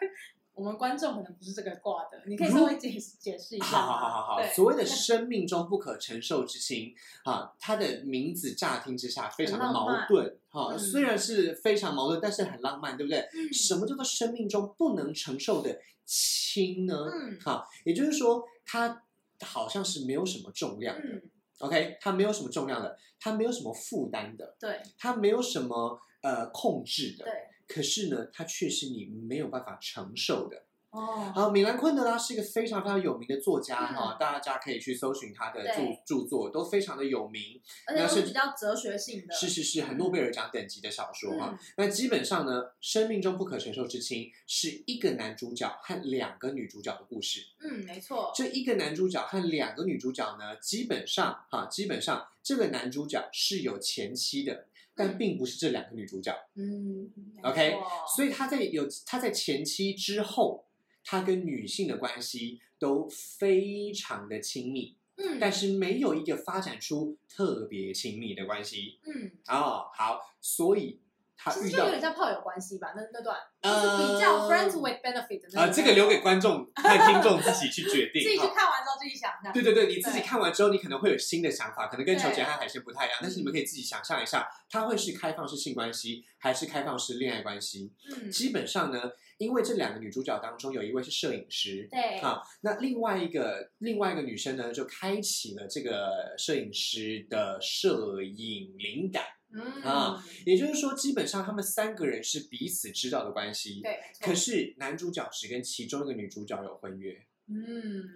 S2: 我们观众可能不是这个挂的，你可以稍微解释解释一下
S1: 好
S2: 吗。
S1: 好好好好，
S2: 对
S1: 所谓的生命中不可承受之轻啊，它的名字乍听之下非常的
S2: 很浪漫
S1: 矛盾哈、
S2: 嗯
S1: 虽然是非常矛盾，但是很浪漫，对不对？
S2: 嗯
S1: 什么叫做生命中不能承受的轻呢？
S2: 嗯
S1: 哈，也就是说它好像是没有什么重量的、
S2: 嗯，
S1: o k 它没有什么重量的，它没有什么负担的，
S2: 对
S1: 它没有什么呃控制的，
S2: 对
S1: 可是呢，它却是你没有办法承受的。
S2: 哦，
S1: 好，米兰昆德拉是一个非常非常有名的作家
S2: 嗯
S1: 哈、大家可以去搜寻他的著
S2: 对
S1: 著作，都非常的有名，
S2: 而且
S1: 那
S2: 都是
S1: 是
S2: 比较哲学性的，
S1: 是是是，很诺贝尔奖等级的小说哈、
S2: 嗯
S1: 那基本上呢，《生命中不可承受之轻》是一个男主角和两个女主角的故事。
S2: 嗯，没错，
S1: 这一个男主角和两个女主角呢，基本上哈、基本上这个男主角是有前妻的，但
S2: 嗯
S1: 并不是这两个女主角。
S2: 嗯没错
S1: OK，所以他在有他在前期之后，他跟女性的关系都非常的亲密，
S2: 嗯，
S1: 但是没有一个发展出特别亲密的关系
S2: 嗯，
S1: 哦。好，所以他
S2: 其
S1: 遇
S2: 实就
S1: 到
S2: 有点像炮友关系吧，那那段就是
S1: 呃
S2: 比较 friends with benefit 的那
S1: 啊、
S2: 种
S1: 这个留给观啊 众和听众自己去决
S2: 自
S1: 定。
S2: 己去
S1: 哈
S2: 看完之后自己想象，
S1: 对对对，你自己
S2: 对
S1: 看完之后，你可能会有新的想法，可能跟
S2: 对嗯
S1: 球姐和海鲜不太一样，但是你们可以自己想象一下，它会是开放式性关系，还是开放式恋爱关系？
S2: 嗯，
S1: 基本上呢，因为这两个女主角当中有一位是摄影师，
S2: 嗯对，
S1: 啊，那另外一个另外一个女生呢，就开启了这个摄影师的摄影灵感，
S2: 嗯
S1: 啊，也就是说，基本上他们三个人是彼此知道的关系。
S2: 对，没错
S1: 可是男主角只跟其中一个女主角有婚约。
S2: 嗯，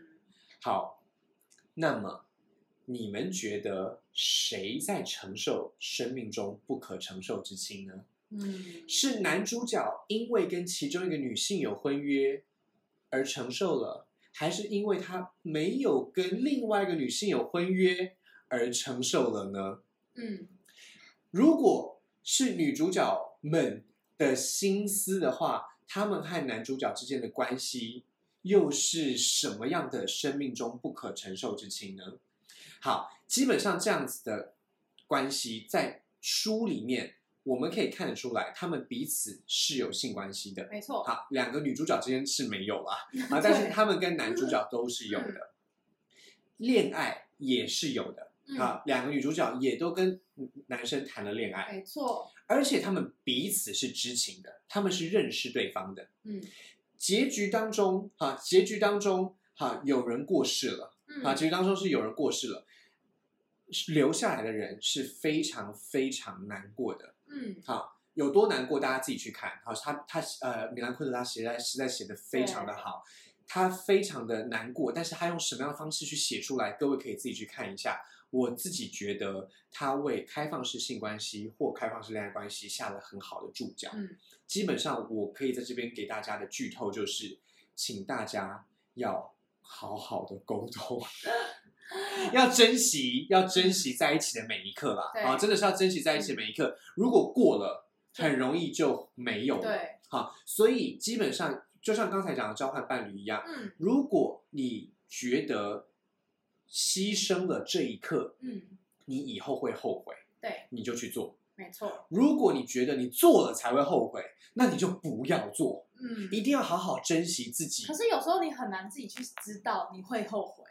S1: 好，那么你们觉得谁在承受生命中不可承受之轻呢？
S2: 嗯，
S1: 是男主角因为跟其中一个女性有婚约而承受了，还是因为他没有跟另外一个女性有婚约而承受了呢？
S2: 嗯，
S1: 如果是女主角们的心思的话，他们和男主角之间的关系又是什么样的生命中不可承受之轻呢？好，基本上这样子的关系，在书里面我们可以看得出来，他们彼此是有性关系的。
S2: 没错，
S1: 好，两个女主角之间是没有啦，啊，但是他们跟男主角都是有的，恋爱也是有的。
S2: 嗯，
S1: 啊，两个女主角也都跟嗯男生谈了恋爱，
S2: 没错，
S1: 而且他们彼此是知情的，他们是认识对方的。
S2: 嗯
S1: 结局当中，哈、结局当中，哈、有人过世了，
S2: 嗯，
S1: 啊，结局当中是有人过世了，留下来的人是非常非常难过的。
S2: 嗯，
S1: 有多难过，大家自己去看。好，他他呃，米兰昆德拉写在实在写的非常的好，他非常的难过，但是他用什么样的方式去写出来，各位可以自己去看一下。我自己觉得他为开放式性关系或开放式恋爱关系下了很好的注脚。
S2: 嗯，
S1: 基本上我可以在这边给大家的剧透就是，请大家要好好的沟通， 要珍惜，要珍惜在一起的每一刻啦。
S2: 对
S1: 啊，真的是要珍惜在一起的每一刻。如果过了，很容易就没有了。
S2: 对，
S1: 好，所以基本上就像刚才讲的交换伴侣一样，
S2: 嗯
S1: 如果你觉得牺牲了这一刻，
S2: 嗯，
S1: 你以后会后悔，
S2: 对，
S1: 你就去做。
S2: 没错，
S1: 如果你觉得你做了才会后悔，那你就不要做，
S2: 嗯。
S1: 一定要好好珍惜自己
S2: 可。是有时候你很难自己去知道你会后悔，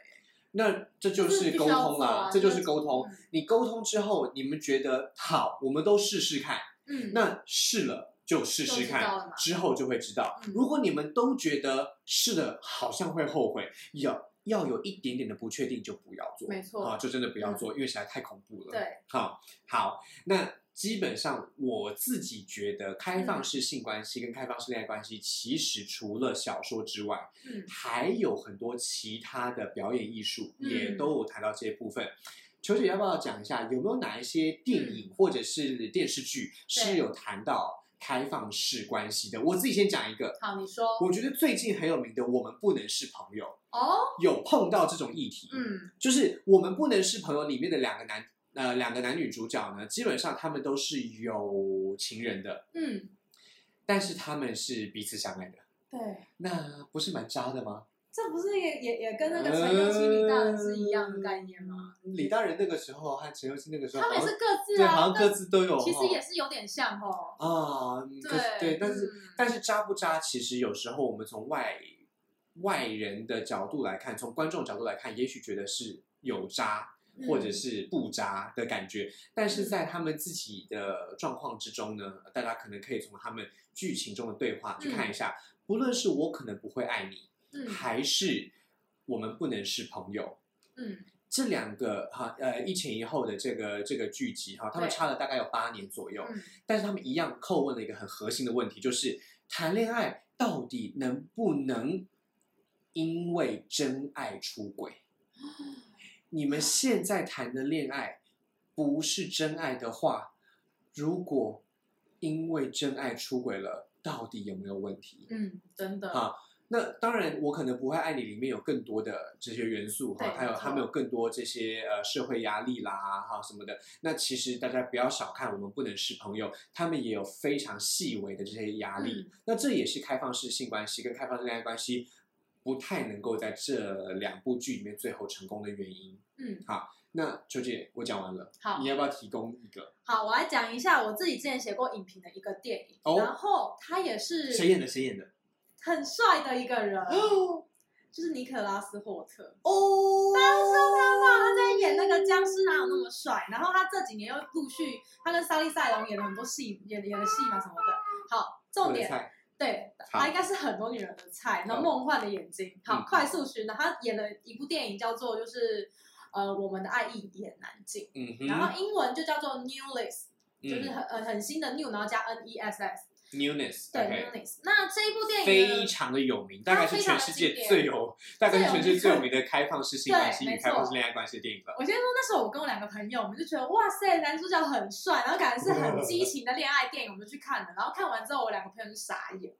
S1: 那这就
S2: 就是
S1: 是
S2: 必须
S1: 沟
S2: 要
S1: 通
S2: 做
S1: 啦
S2: 啊，
S1: 这就
S2: 就是
S1: 是沟通。你沟通之后，你们觉得好，我们都试试看。
S2: 嗯，
S1: 那试了就试试
S2: 就知道了
S1: 看
S2: 嘛，
S1: 之后就会知道。
S2: 嗯
S1: 如果你们都觉得试了好像会后悔，要要有一点点的不确定就不要做，
S2: 没错嗯
S1: 啊，就真的不要做，因为实在太恐怖了。，
S2: 对，
S1: 好，好，那基本上我自己觉得，开
S2: 嗯
S1: 放式性关系跟开放式恋爱关系，其实除了小说之外，
S2: 嗯
S1: 还有很多其他的表演艺术
S2: 嗯
S1: 也都有谈到这些部分。球姐要不要讲一下，有没有哪一些电
S2: 嗯
S1: 影或者是电视剧是有谈到开放式关系的？我自己先讲一个，
S2: 好，你说
S1: 我觉得最近很有名的《我们不能是朋友》
S2: 哦，
S1: 有碰到这种议题。
S2: 嗯
S1: 就是我们不能是朋友里面的两个男呃两个男女主角呢，基本上他们都是有情人的，
S2: 嗯，
S1: 但是他们是彼此相爱的，
S2: 对，
S1: 那不是蛮渣的吗？
S2: 这不是也也也跟那个
S1: 呃
S2: 陈又青李大人是一样的概念吗？
S1: 嗯？李大人那个时候和陈佑希那个时候
S2: 他
S1: 好
S2: 们
S1: 像，
S2: 也是各自
S1: 啊对，好
S2: 啊
S1: 像，各自都有
S2: 但
S1: 哈，
S2: 其实也是有点像哦。
S1: 啊，嗯可是对，但是
S2: 嗯
S1: 但是渣不渣，其实有时候我们从外外人的角度来看，从观众角度来看，也许觉得是有渣
S2: 嗯
S1: 或者是不渣的感觉，但是在他们自己的状况之中呢，大家可能可以从他们剧情中的对话去看一下，不论是我可能不会爱你，
S2: 嗯
S1: 还是我们不能是朋友，
S2: 嗯
S1: 这两个哈呃一前一后的这个这个剧集哈，他们
S2: 对
S1: 差了大概有八年左右，
S2: 嗯
S1: 但是他们一样叩问了一个很核心的问题，就是谈恋爱到底能不能因为真爱出轨？ 你们现在谈的恋爱不是真爱的话，如果因为真爱出轨了，到底有没有问题？
S2: 嗯，真的，
S1: 好那当然，我可能不会爱你里面有更多的这些元素哈，
S2: 对
S1: 还有
S2: 没错
S1: 他们有更多这些呃社会压力啦哈什么的。那其实大家不要小看我们不能是朋友，他们也有非常细微的这些压力。
S2: 嗯
S1: 那这也是开放式性关系跟开放式恋爱关系不太能够在这两部剧里面最后成功的原因。
S2: 嗯，
S1: 那秋姐，我讲完了，
S2: 好
S1: 你要不要提供一个？
S2: 好，我来讲一下我自己之前写过影评的一个电影，
S1: 哦
S2: 然后他也是
S1: 谁演的？谁演的？
S2: 很帅的一个人，
S1: 哦
S2: 就是尼可拉斯霍特。
S1: 哦，
S2: 但是他哇，啊他在演那个僵尸哪有那么帅？然后他这几年又陆续，他跟莎莉赛隆演了很多戏，演演的戏嘛什么的。好，重
S1: 我的
S2: 点
S1: 菜
S2: 对，
S1: 好
S2: 他应该是很多女人的菜。然后
S1: 嗯
S2: 梦幻的眼睛，好，
S1: 嗯
S2: 快速寻找。他演了一部电影叫做就是呃我们的爱一言难尽，
S1: 嗯哼，
S2: 然后英文就叫做 New List，就是
S1: 嗯
S2: 很呃很新的 New，然后加 N E S S，
S1: newness，
S2: 对
S1: OK
S2: New List。那这一部电影呢
S1: 非常的有名，大概是全世界最有，大
S2: 常的经
S1: 概是
S2: 典
S1: 全世界最 有名的开放式性关系
S2: 对
S1: 与
S2: 没错
S1: 开放式恋爱关系的电影了。
S2: 我先说，那时候我跟我两个朋友，我们就觉得哇塞，男主角很帅，然后感觉是很激情的恋爱电影，我们就去看了。然后看完之后，我两个朋友就傻眼，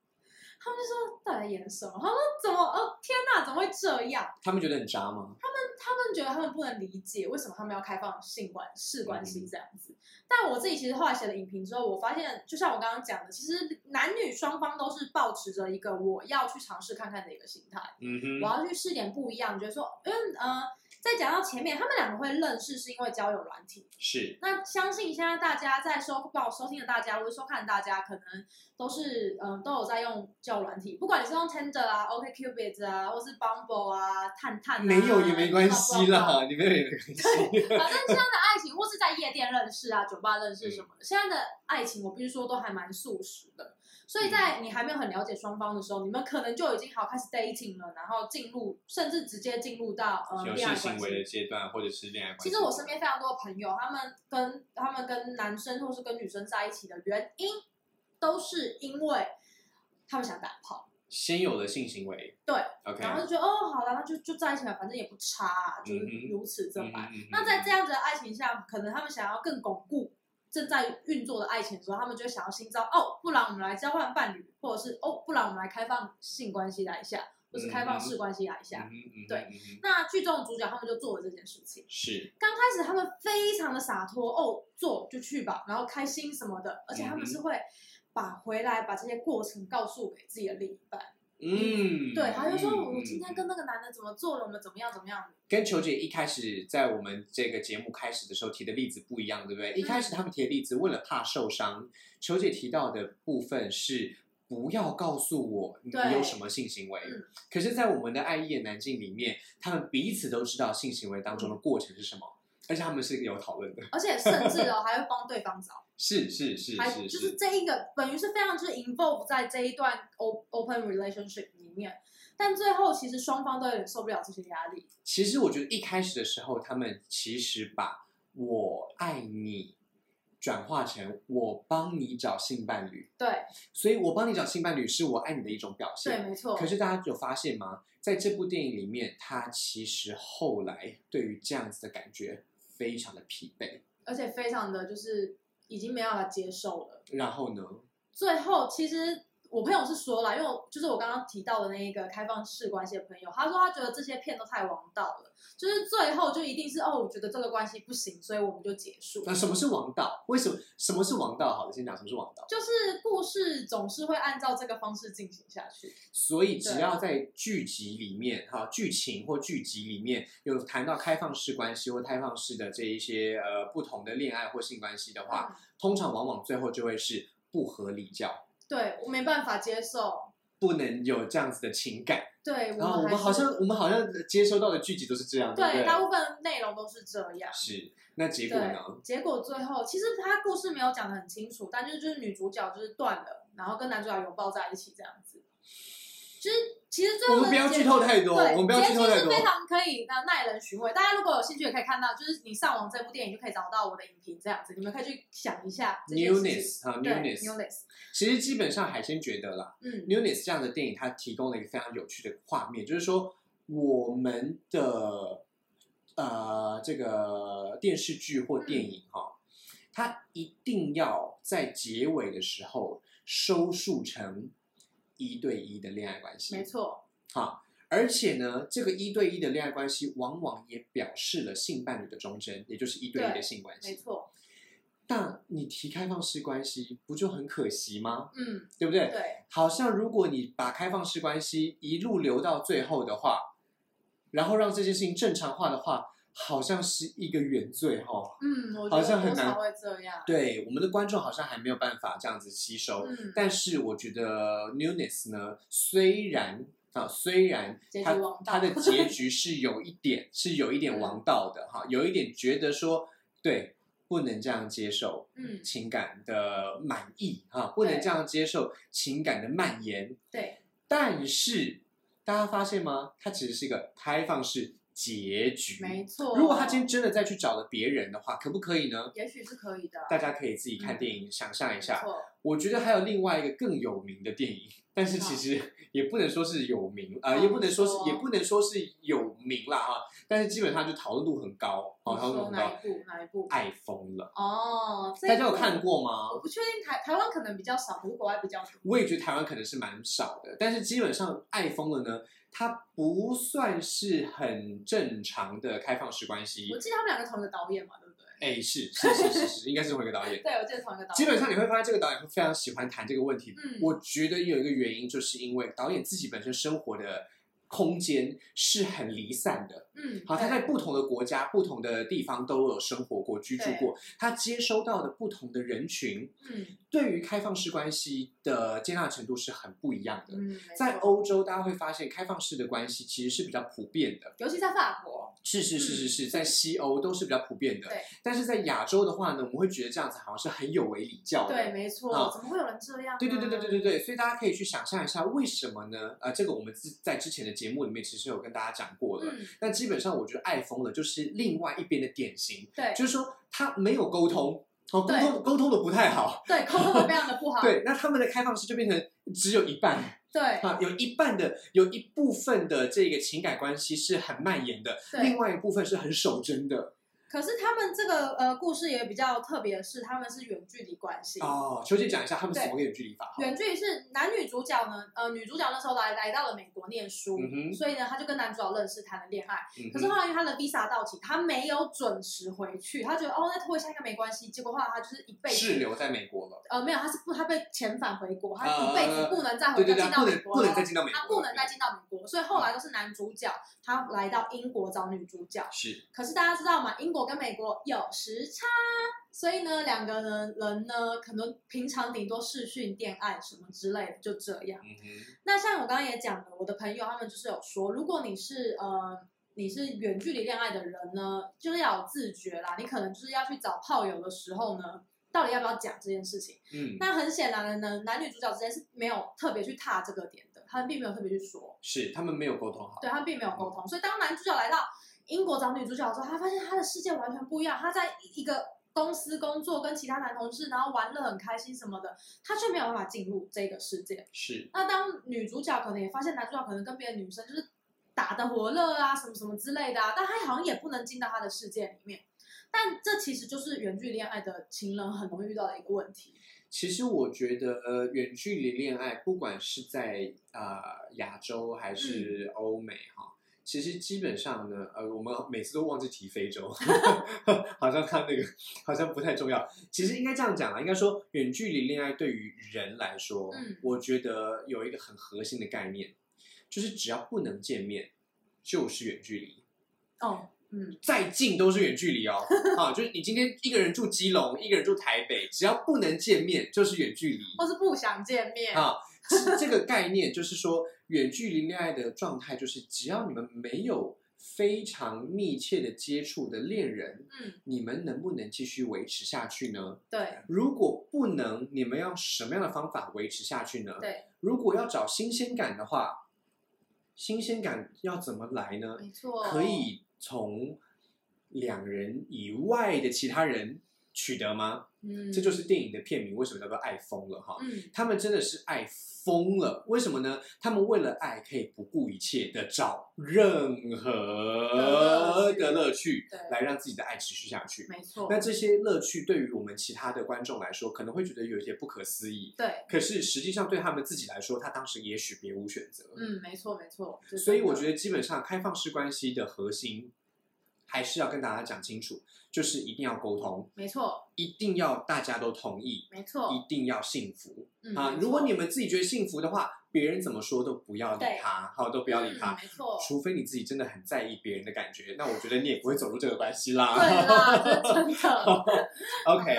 S2: 他们就说到底在演什么？他说怎么？哦天哪，怎么会这样？
S1: 他们觉得很渣吗？
S2: 他们觉得他们不能理解为什么他们要开放性关性关系这样子。但我自己其实后来写了影评之后，我发现，就像我刚刚讲的，其实男女双方都是保持着一个我要去尝试看看的一个心态。
S1: 嗯
S2: 我
S1: 哼，
S2: 要去试点不一样，觉得说，因为呃，在讲到前面，他们两个会认识是因为交友软体。
S1: 是，
S2: 那相信现在大家在收报收听的大家，或者收看的大家，可能都是嗯、呃都有在用交友软体，不管你是用 Tinder 啊、OkCupid 啊，或是 Bumble 啊、探探、啊，啊
S1: 没有也没关系
S2: blah blah blah
S1: 啦，你没有也没关系。
S2: 反正现在的爱情，或是在夜店认识啊、酒吧认识
S1: 嗯
S2: 什么的，现在的爱情，我必须说都还蛮速食的。所以
S1: 嗯
S2: 在你还没有很了解双方的时候，你们可能就已经好开始 dating 了，然后进入甚至直接进入到呃
S1: 有
S2: 恋爱
S1: 性
S2: 关
S1: 行为
S2: 系。
S1: 的阶段或者是恋爱关系。
S2: 其实我身边非常多的朋友，他们跟他们跟男生或是跟女生在一起的原因，都是因为他们想打炮。
S1: 先有了性行为，
S2: 对
S1: ，OK，
S2: 然后就觉得哦，好了，那就就在一起吧，反正也不差、啊，就是
S1: 嗯哼
S2: 如此这
S1: 嗯
S2: 般。
S1: 哼嗯哼
S2: 那在这样子的爱情下，可能他们想要更巩固正在运作的爱情的时候，他们就会想要新招哦，不然我们来交换伴侣，或者是哦，不然我们来开放性关系来一下，或是开放式关系来一
S1: 嗯
S2: 下。
S1: 哼嗯哼
S2: 对
S1: 嗯哼
S2: 那剧中的主角他们就做了这件事情。
S1: 是，
S2: 刚开始他们非常的洒脱，哦，做就去吧，然后开心什么的，而且他们
S1: 嗯
S2: 是会把回来把这些过程告诉给自己的另一半。
S1: 嗯，
S2: 对，他就说
S1: 嗯
S2: 我今天跟那个男的怎么做了，我们怎么样怎么样。
S1: 跟球姐一开始在我们这个节目开始的时候提的例子不一样，对不对？一
S2: 嗯
S1: 开始他们提的例子，为了怕受伤，球姐提到的部分是不要告诉我你
S2: 对
S1: 有什么性行为
S2: 嗯。
S1: 可是，在我们的爱一言难尽里面，他们彼此都知道性行为当中的
S2: 嗯
S1: 过程是什么，而且他们是有讨论的。
S2: 而且甚至哦还会帮对方找，
S1: 是是是
S2: 还
S1: 是
S2: 就是这一个等于是非常就是 involve 在这一段 o- open relationship 里面，但最后其实双方都有点受不了这些压力，
S1: 其实我觉得一开始的时候，他们其实把“我爱你”转化成“我帮你找性伴侣”。
S2: 对
S1: 所以我帮你找性伴侣是我爱你的一种表
S2: 对，
S1: 现。
S2: 没错，
S1: 可是大家有发现吗？在这部电影里面，他其实后来对于这样子的感觉非常的疲惫。
S2: 而且非常的就是已经没办法接受了。
S1: 然后呢，
S2: 最后其实我朋友是说了，因为我就是我刚刚提到的那一个开放式关系的朋友，他说他觉得这些骗都太王道了，就是最后就一定是哦，我觉得这个关系不行，所以我们就结束。
S1: 那什么是王道？为什么什么是王道？好了，先讲什么是王道。
S2: 就是故事总是会按照这个方式进行下去。
S1: 所以只要在剧集里面哈，剧情或剧集里面有谈到开放式关系或开放式的这一些呃不同的恋爱或性关系的话，
S2: 嗯、
S1: 通常往往最后就会是不合理教，
S2: 对我没办法接受，
S1: 不能有这样子的情感。
S2: 对我
S1: 然啊后我
S2: 还
S1: 们好
S2: 是
S1: 像我们好像接收到的剧集都是这样，不
S2: 对大
S1: 对？
S2: 部分内容都是这样。
S1: 是，那结果呢？
S2: 对，结果最后其实他故事没有讲的很清楚，但就是就是女主角就是断了，然后跟男主角拥抱在一起这样子。其实其实最后
S1: 我们不要
S2: 的结
S1: 剧透太多，
S2: 对
S1: 我们不要剧透太
S2: 结局
S1: 多
S2: 是。非常可以的耐人寻味。大家如果有兴趣，也可以看到，就是你上网这部电影就可以找到我的影评这样子，你们可以去想一下这件事情。
S1: Newness 哈
S2: 对
S1: ，Newness，
S2: newness，
S1: 其实基本上海鲜觉得啦，
S2: 嗯，
S1: Newness 这样的电影，它提供了一个非常有趣的画面，就是说我们的呃这个电视剧或电影哈、它一定要在结尾的时候收束成一对一的恋爱关
S2: 没
S1: 系，
S2: 错，
S1: 哈。而且呢，这个一对一的恋爱关系，往往也表示了性伴侣的忠贞，也就是一对一的
S2: 对
S1: 性关
S2: 没
S1: 系。
S2: 错，
S1: 但你提开放式关系，不就很可惜吗？
S2: 嗯，
S1: 对不对？
S2: 对，
S1: 好像如果你把开放式关系一路留到最后的话，然后让这件事情正常化的话，好像是一个原罪哈、哦。
S2: 嗯，我
S1: 好
S2: 觉
S1: 像
S2: 得
S1: 很
S2: 多
S1: 难
S2: 少会这样，
S1: 对，我们的观众好像还没有办法这样子吸收。
S2: 嗯，
S1: 但是我觉得 newness 呢，虽然啊，虽然
S2: 结局
S1: 它
S2: 王道
S1: 它的 结局是有一点是有一点王道的哈，有一点觉得说对不能这样接受
S2: 嗯，
S1: 情感的满意哈，不能
S2: 对
S1: 这样接受情感的蔓延，
S2: 对，
S1: 但是大家发现吗？它其实是一个开放式结局。
S2: 没错。
S1: 如果他今天真的再去找了别人的话，可不可以呢？
S2: 也许是可以的，
S1: 大家可以自己看电影，想象一
S2: 没
S1: 下。
S2: 错，
S1: 我觉得还有另外一个更有名的电影，但是其实也不能说是有名，呃，
S2: 好
S1: 也不能说
S2: 哦你
S1: 是
S2: 说
S1: 也不能说是有名啦哈。但是基本上就讨论度很高，哦，
S2: 你
S1: 讨论度
S2: 说
S1: 很
S2: 哪
S1: 高。
S2: 一部哪一部？
S1: 爱疯了，
S2: 哦，这一
S1: 啊大家有
S2: 部
S1: 看？过吗？
S2: 我不确定台台湾可能比较少，可是国外比较多。
S1: 我也觉得台湾可能是蛮少的，但是基本上爱疯了呢，它不算是很正常的开放式关系
S2: 我。记得他们两个同一个导演嘛，对不对？
S1: 哎，是是是是是，应该是同一个导演。
S2: 对，我记得同 一个导演。
S1: 基本上你会发现这个导演会非常喜欢谈这个问题。
S2: 嗯
S1: 我觉得有一个原因，就是因为导演自己本身生活的空间是很离散的，
S2: 嗯，
S1: 好，他
S2: 对
S1: 在不同的国家、不同的地方都有生活过、居住过，他接收到的不同的人群，
S2: 嗯
S1: 对于开放式关系的接纳程度是很不一样的。
S2: 嗯，没
S1: 在
S2: 错，
S1: 欧洲，大家会发现开放式的关系其实是比较普遍的。
S2: 尤其在法国，
S1: 是是是是是，在西欧都是比较普遍的
S2: 嗯对。
S1: 但是在亚洲的话呢，我们会觉得这样子好像是很有违礼教的。
S2: 对，没
S1: 啊
S2: 错，怎么会有人这样啊呢？
S1: 对对对对对对对，所以大家可以去想象一下，为什么呢？呃，这个我们之在之前的节目里面其实有跟大家讲过了。
S2: 嗯，
S1: 那基本上我觉得爱疯了就是另外一边的典型，
S2: 对
S1: 就是说他没有沟通，哦，沟
S2: 对
S1: 通沟通的不太好。
S2: 对，沟通的非常的不好，
S1: 对，那他们的开放式就变成只有一半。
S2: 对
S1: 啊，有一半的有一部分的这个情感关系是很蔓延的，另
S2: 对。
S1: 外一部分是很守贞的
S2: 可是他们这个呃故事也比较特别，是他们是远距离关系。
S1: 哦。秋姐讲一下他们
S2: 对
S1: 怎么远距离法哈？
S2: 远距离是男女主角呢，呃，女主角那时候来来到了美国念书，
S1: 嗯哼
S2: 所以呢，她就跟男主角认识，谈了恋爱。
S1: 嗯
S2: 可是
S1: 哼
S2: 后来因为他的 visa 到期，他没有准时回去，他觉得哦，那拖一下应该没关系。结果后来他就是一辈
S1: 滞
S2: 子，
S1: 留在美国了，
S2: 呃，没有，他是不，他被遣返回国，他
S1: 呃
S2: 一辈子不能再
S1: 对
S2: 回
S1: 对
S2: 再
S1: 对，
S2: 进到
S1: 不
S2: 美
S1: 能
S2: 国
S1: 不能
S2: 了啊
S1: 再进到美国了，嗯
S2: 他不能再进到美国，所以后来都是男主角他来到英国找女主角。
S1: 是
S2: 可是大家知道嘛，英国跟美国有时差，所以呢，两个人人呢，可能平常顶多视讯恋爱什么之类的，就这样。
S1: 嗯哼
S2: 那像我刚刚也讲了，我的朋友他们就是有说，如果你是呃你是远距离恋爱的人呢，就是要有自觉啦。你可能就是要去找炮友的时候呢，到底要不要讲这件事情？
S1: 嗯
S2: 那很显然的呢，男女主角之间是没有特别去踏这个点的，他们并没有特别去说，
S1: 是他们没有沟通好，
S2: 对他们并没有沟通。所以当男主角来到英国找女主角的时候，他发现他的世界完全不一样，他在一个。公司工作跟其他男同事，然后玩乐很开心什么的，他却没有办法进入这个世界。
S1: 是
S2: 那当女主角可能也发现男主角可能跟别的女生就是打的火热啊，什么什么之类的啊，但他好像也不能进到他的世界里面，但这其实就是远距离恋爱的情人很容易遇到的一个问题。
S1: 其实我觉得，呃，远距离恋爱，不管是在呃亚洲还
S2: 嗯
S1: 是欧美哈、其实基本上呢，呃，我们每次都忘记提非 洲，好像看那个好像不太重要。其实应该这样讲啊，应该说远距离恋爱对于人来说，
S2: 嗯
S1: 我觉得有一个很核心的概念，就是只要不能见面，就是远距离。
S2: 哦，嗯，
S1: 再近都是远距 离哦，啊，就是你今天一个人住基隆，一个人住台北，只要不能见面就是远距离。
S2: 或是不想见面。
S1: 啊，这这个概念就是说，远距离恋爱的状态就是，只要你们没有非常密切的接触的恋人，
S2: 嗯，
S1: 你们能不能继续维持下去呢？
S2: 对
S1: 如果不能，你们要什么样的方法维持下去呢？
S2: 对，
S1: 如果要找新鲜感的话，新鲜感要怎么来呢？
S2: 没错，
S1: 可以从两人以外的其他人取得吗？
S2: 嗯，
S1: 这就是电影的片名为什么叫做《爱疯了》哈。
S2: 嗯，
S1: 他们真的是爱疯了，为什么呢？他们为了爱可以不顾一切的找任何的乐趣
S2: 对
S1: 来让自己的爱持续下去。
S2: 没错
S1: 那，这些乐趣对于我们其他的观众来说，可能会觉得有一些不可思议，
S2: 对，
S1: 可是实际上对他们自己来说，他当时也许别无选择。
S2: 嗯，没错没错。这
S1: 所以我
S2: 真
S1: 觉得基本上开放式关系的核心还是要跟大家讲清楚，就是一定要沟通，
S2: 的没错
S1: 一定要大家都同意，
S2: 没
S1: 一
S2: 错，
S1: 定要幸福。
S2: 哦嗯
S1: 啊，
S2: 没
S1: 如果
S2: 错
S1: 你们自己觉得幸福的话，别人怎么说都不要理
S2: 对
S1: 他，好，都不要理
S2: 嗯
S1: 他，
S2: 没错，
S1: 除非你自己真的很在意别人的感觉，那我觉得你也不会走入这个关系啦。
S2: 对啦，这是真 的。
S1: OK，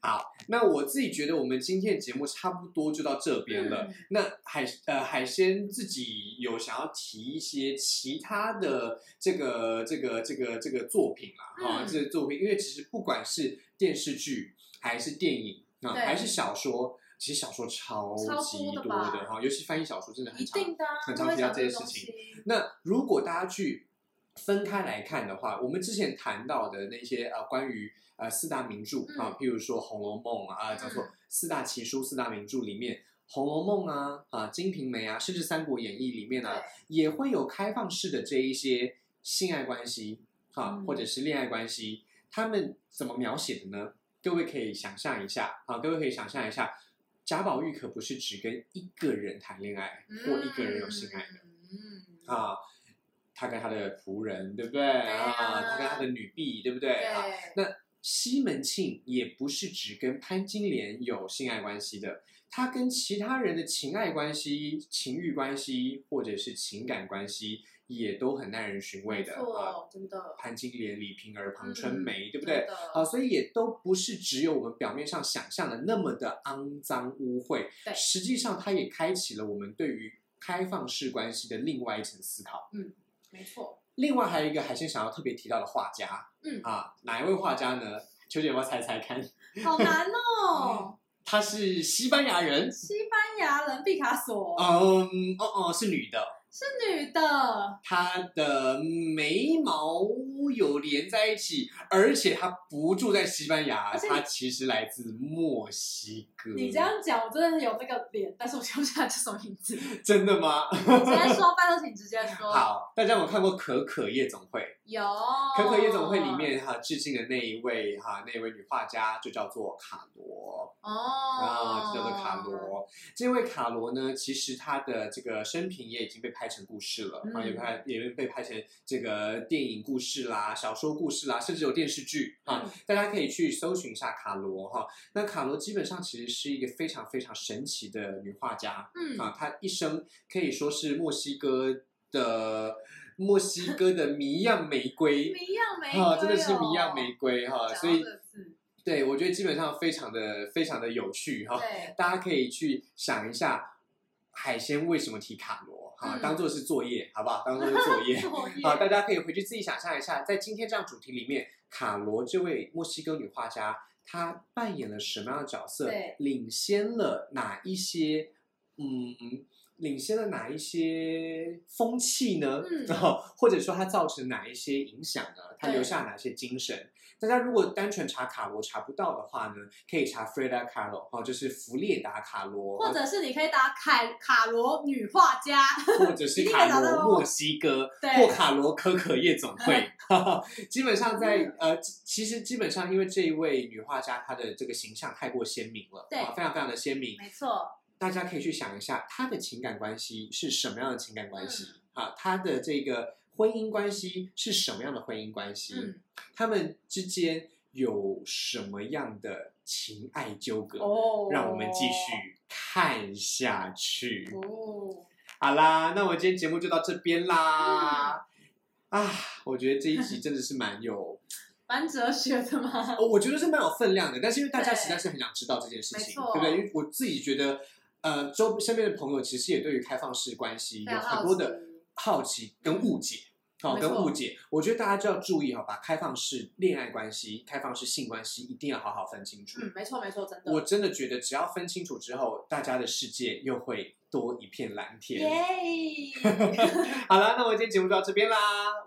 S2: 好啦
S1: 那我自己觉得我们今天的节目差不多就到这边了。
S2: 嗯
S1: 那海呃海鲜自己有想要提一些其他的这个这个这个这个作品啊，哈、
S2: 嗯
S1: 这个作品，因为其实不管是电视剧还是电影啊，
S2: 对
S1: 还是小说，其实小说超
S2: 超多
S1: 级
S2: 的
S1: 多
S2: 吧
S1: 的哈，尤其翻译小说真的很
S2: 一
S1: 长。
S2: 定的啊，
S1: 很
S2: 都
S1: 常
S2: 会
S1: 提到
S2: 讲
S1: 这些
S2: 个东
S1: 事情
S2: 西。
S1: 那如果大家去分开来看的话，我们之前谈到的那些呃关于呃四大名著
S2: 嗯
S1: 啊，譬如说《红楼梦》啊，啊叫做
S2: 嗯
S1: 四大奇书、四大名著里面，《红楼梦》啊、啊《金瓶梅》啊，甚至《三国演义》里面啊
S2: 对，
S1: 也会有开放式的这一些性爱关系啊，
S2: 嗯
S1: 或者是恋爱关系，他们怎么描写的呢？各位可以想象一下啊，各位可以想象一下，贾宝玉可不是只跟一个人谈恋爱或一个人有性爱。
S2: 嗯，嗯，
S1: 啊，他跟他的仆人，对不对？
S2: 啊
S1: 他跟他的女婢，对不对？啊，
S2: 对，
S1: 那西门庆也不是只跟潘金莲有性爱关系的，他跟其他人的情爱关系、情欲关系或者是情感关系，也都很耐人寻味
S2: 没
S1: 的啊。
S2: 错，真的，
S1: 潘金莲、李瓶儿、庞
S2: 嗯
S1: 春梅，对不
S2: 真
S1: 对？啊
S2: 的
S1: 好，所以也都不是只有我们表面上想象的那么的肮脏污秽，
S2: 对
S1: 实际上它也开启了我们对于开放式关系的另外一层思考。
S2: 没错，
S1: 另外还有一个海鲜想要特别提到的画家，
S2: 嗯
S1: 啊，哪一位画家呢？秋姐要不要猜猜看？
S2: 好难哦。
S1: 她是西班牙人，
S2: 西班牙人毕卡索
S1: 嗯，哦哦，是女的，
S2: 是女的，
S1: 她的眉毛有连在一起，而且她不住在西班牙，
S2: 而且你
S1: 她其实来自墨西哥。
S2: 你这样讲，我真的有那个脸，但是我想不起来叫什么名 字。直
S1: 真的吗？
S2: 接说，拜托请直接说。
S1: 好，大家有没有看过《可可夜总会》？
S2: 有
S1: 可可夜总会
S2: 哦
S1: 里面哈、致敬的那一位哈、那位女画家就叫做卡罗
S2: 哦，
S1: 啊，就叫做卡，罗。这位卡罗呢，其实她的这个生平也已经被拍成故事了，啊、
S2: 嗯
S1: 也拍也被拍成这个电影故事啦、小说故事啦，甚至有电视剧啊。
S2: 嗯
S1: 大家可以去搜寻一下卡罗哈、那卡罗基本上其实是一个非常非常神奇的女画家，
S2: 嗯，
S1: 啊，她一生可以说是墨西哥的墨西哥的迷样玫 瑰。
S2: 迷样玫瑰
S1: 啊，
S2: 哦，
S1: 真的是迷样玫瑰哈、
S2: 讲到
S1: 所以
S2: 这个字
S1: 对我觉得基本上非常的非常的有趣哈、
S2: 对，
S1: 大家可以去想一下海鲜为什么提卡罗哈、
S2: 嗯
S1: 当做是作业好不好？当做是作业。
S2: 作业
S1: 好，啊大家可以回去自己想象一下，在今天这样主题里面，卡罗这位墨西哥女画家，她扮演了什么样的角色
S2: 对？
S1: 领先了哪一些嗯领先了哪一些风气呢？
S2: 嗯
S1: 然后或者说它造成哪一些影响呢？它
S2: 对
S1: 留下哪些精神？大家如果单纯查卡罗查不到的话呢，可以查 Freda Kahlo 哦，就是弗列达卡罗，
S2: 或者是你可以打凯卡罗女画家，
S1: 或者是卡罗墨西哥
S2: 对
S1: 或卡罗可可夜总会， 哈哈基本上在
S2: 嗯
S1: 呃，其其实基本上因为这一位女画家她的这个形象太过鲜明了，
S2: 对
S1: 啊非常非常的鲜明，
S2: 没错，
S1: 大家可以去想一下她的情感关系是什么样的情感
S2: 嗯
S1: 关系、啊，她的这个婚姻关系是什么样的婚姻关系，
S2: 嗯，
S1: 他们之间有什么样的情爱纠葛，
S2: 哦，
S1: 让我们继续看下去。
S2: 哦，
S1: 好啦，那我今天节目就到这边啦。啊，我觉得这一集真的是蛮有，
S2: 蛮哲学的嘛，
S1: 哦我觉得是蛮有分量的。但是因为大家
S2: 对
S1: 实在是很想知道这件事
S2: 没
S1: 情，
S2: 错
S1: 对不对？因为我自己觉得，呃，周身边的朋友其实也对于开放式关系
S2: 非
S1: 有
S2: 常好
S1: 很
S2: 奇
S1: 多的好奇跟误解。好、
S2: 没错
S1: 跟误解，我觉得大家就要注意，好吧？开放式恋爱关系、开放式性关系，一定要好好分清楚。
S2: 嗯，没错没错，真的，
S1: 我真的觉得，只要分清楚之后，大家的世界又会多一片蓝天。
S2: 耶，
S1: 好了，那我们今天节目就到这边啦。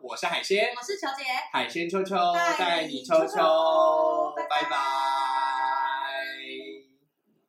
S1: 我是海鲜，
S2: 我是乔姐，
S1: 海鲜秋秋
S2: 带
S1: 带
S2: 你
S1: 你
S2: 秋
S1: 秋
S2: 秋
S1: 秋，
S2: 拜拜
S1: 拜拜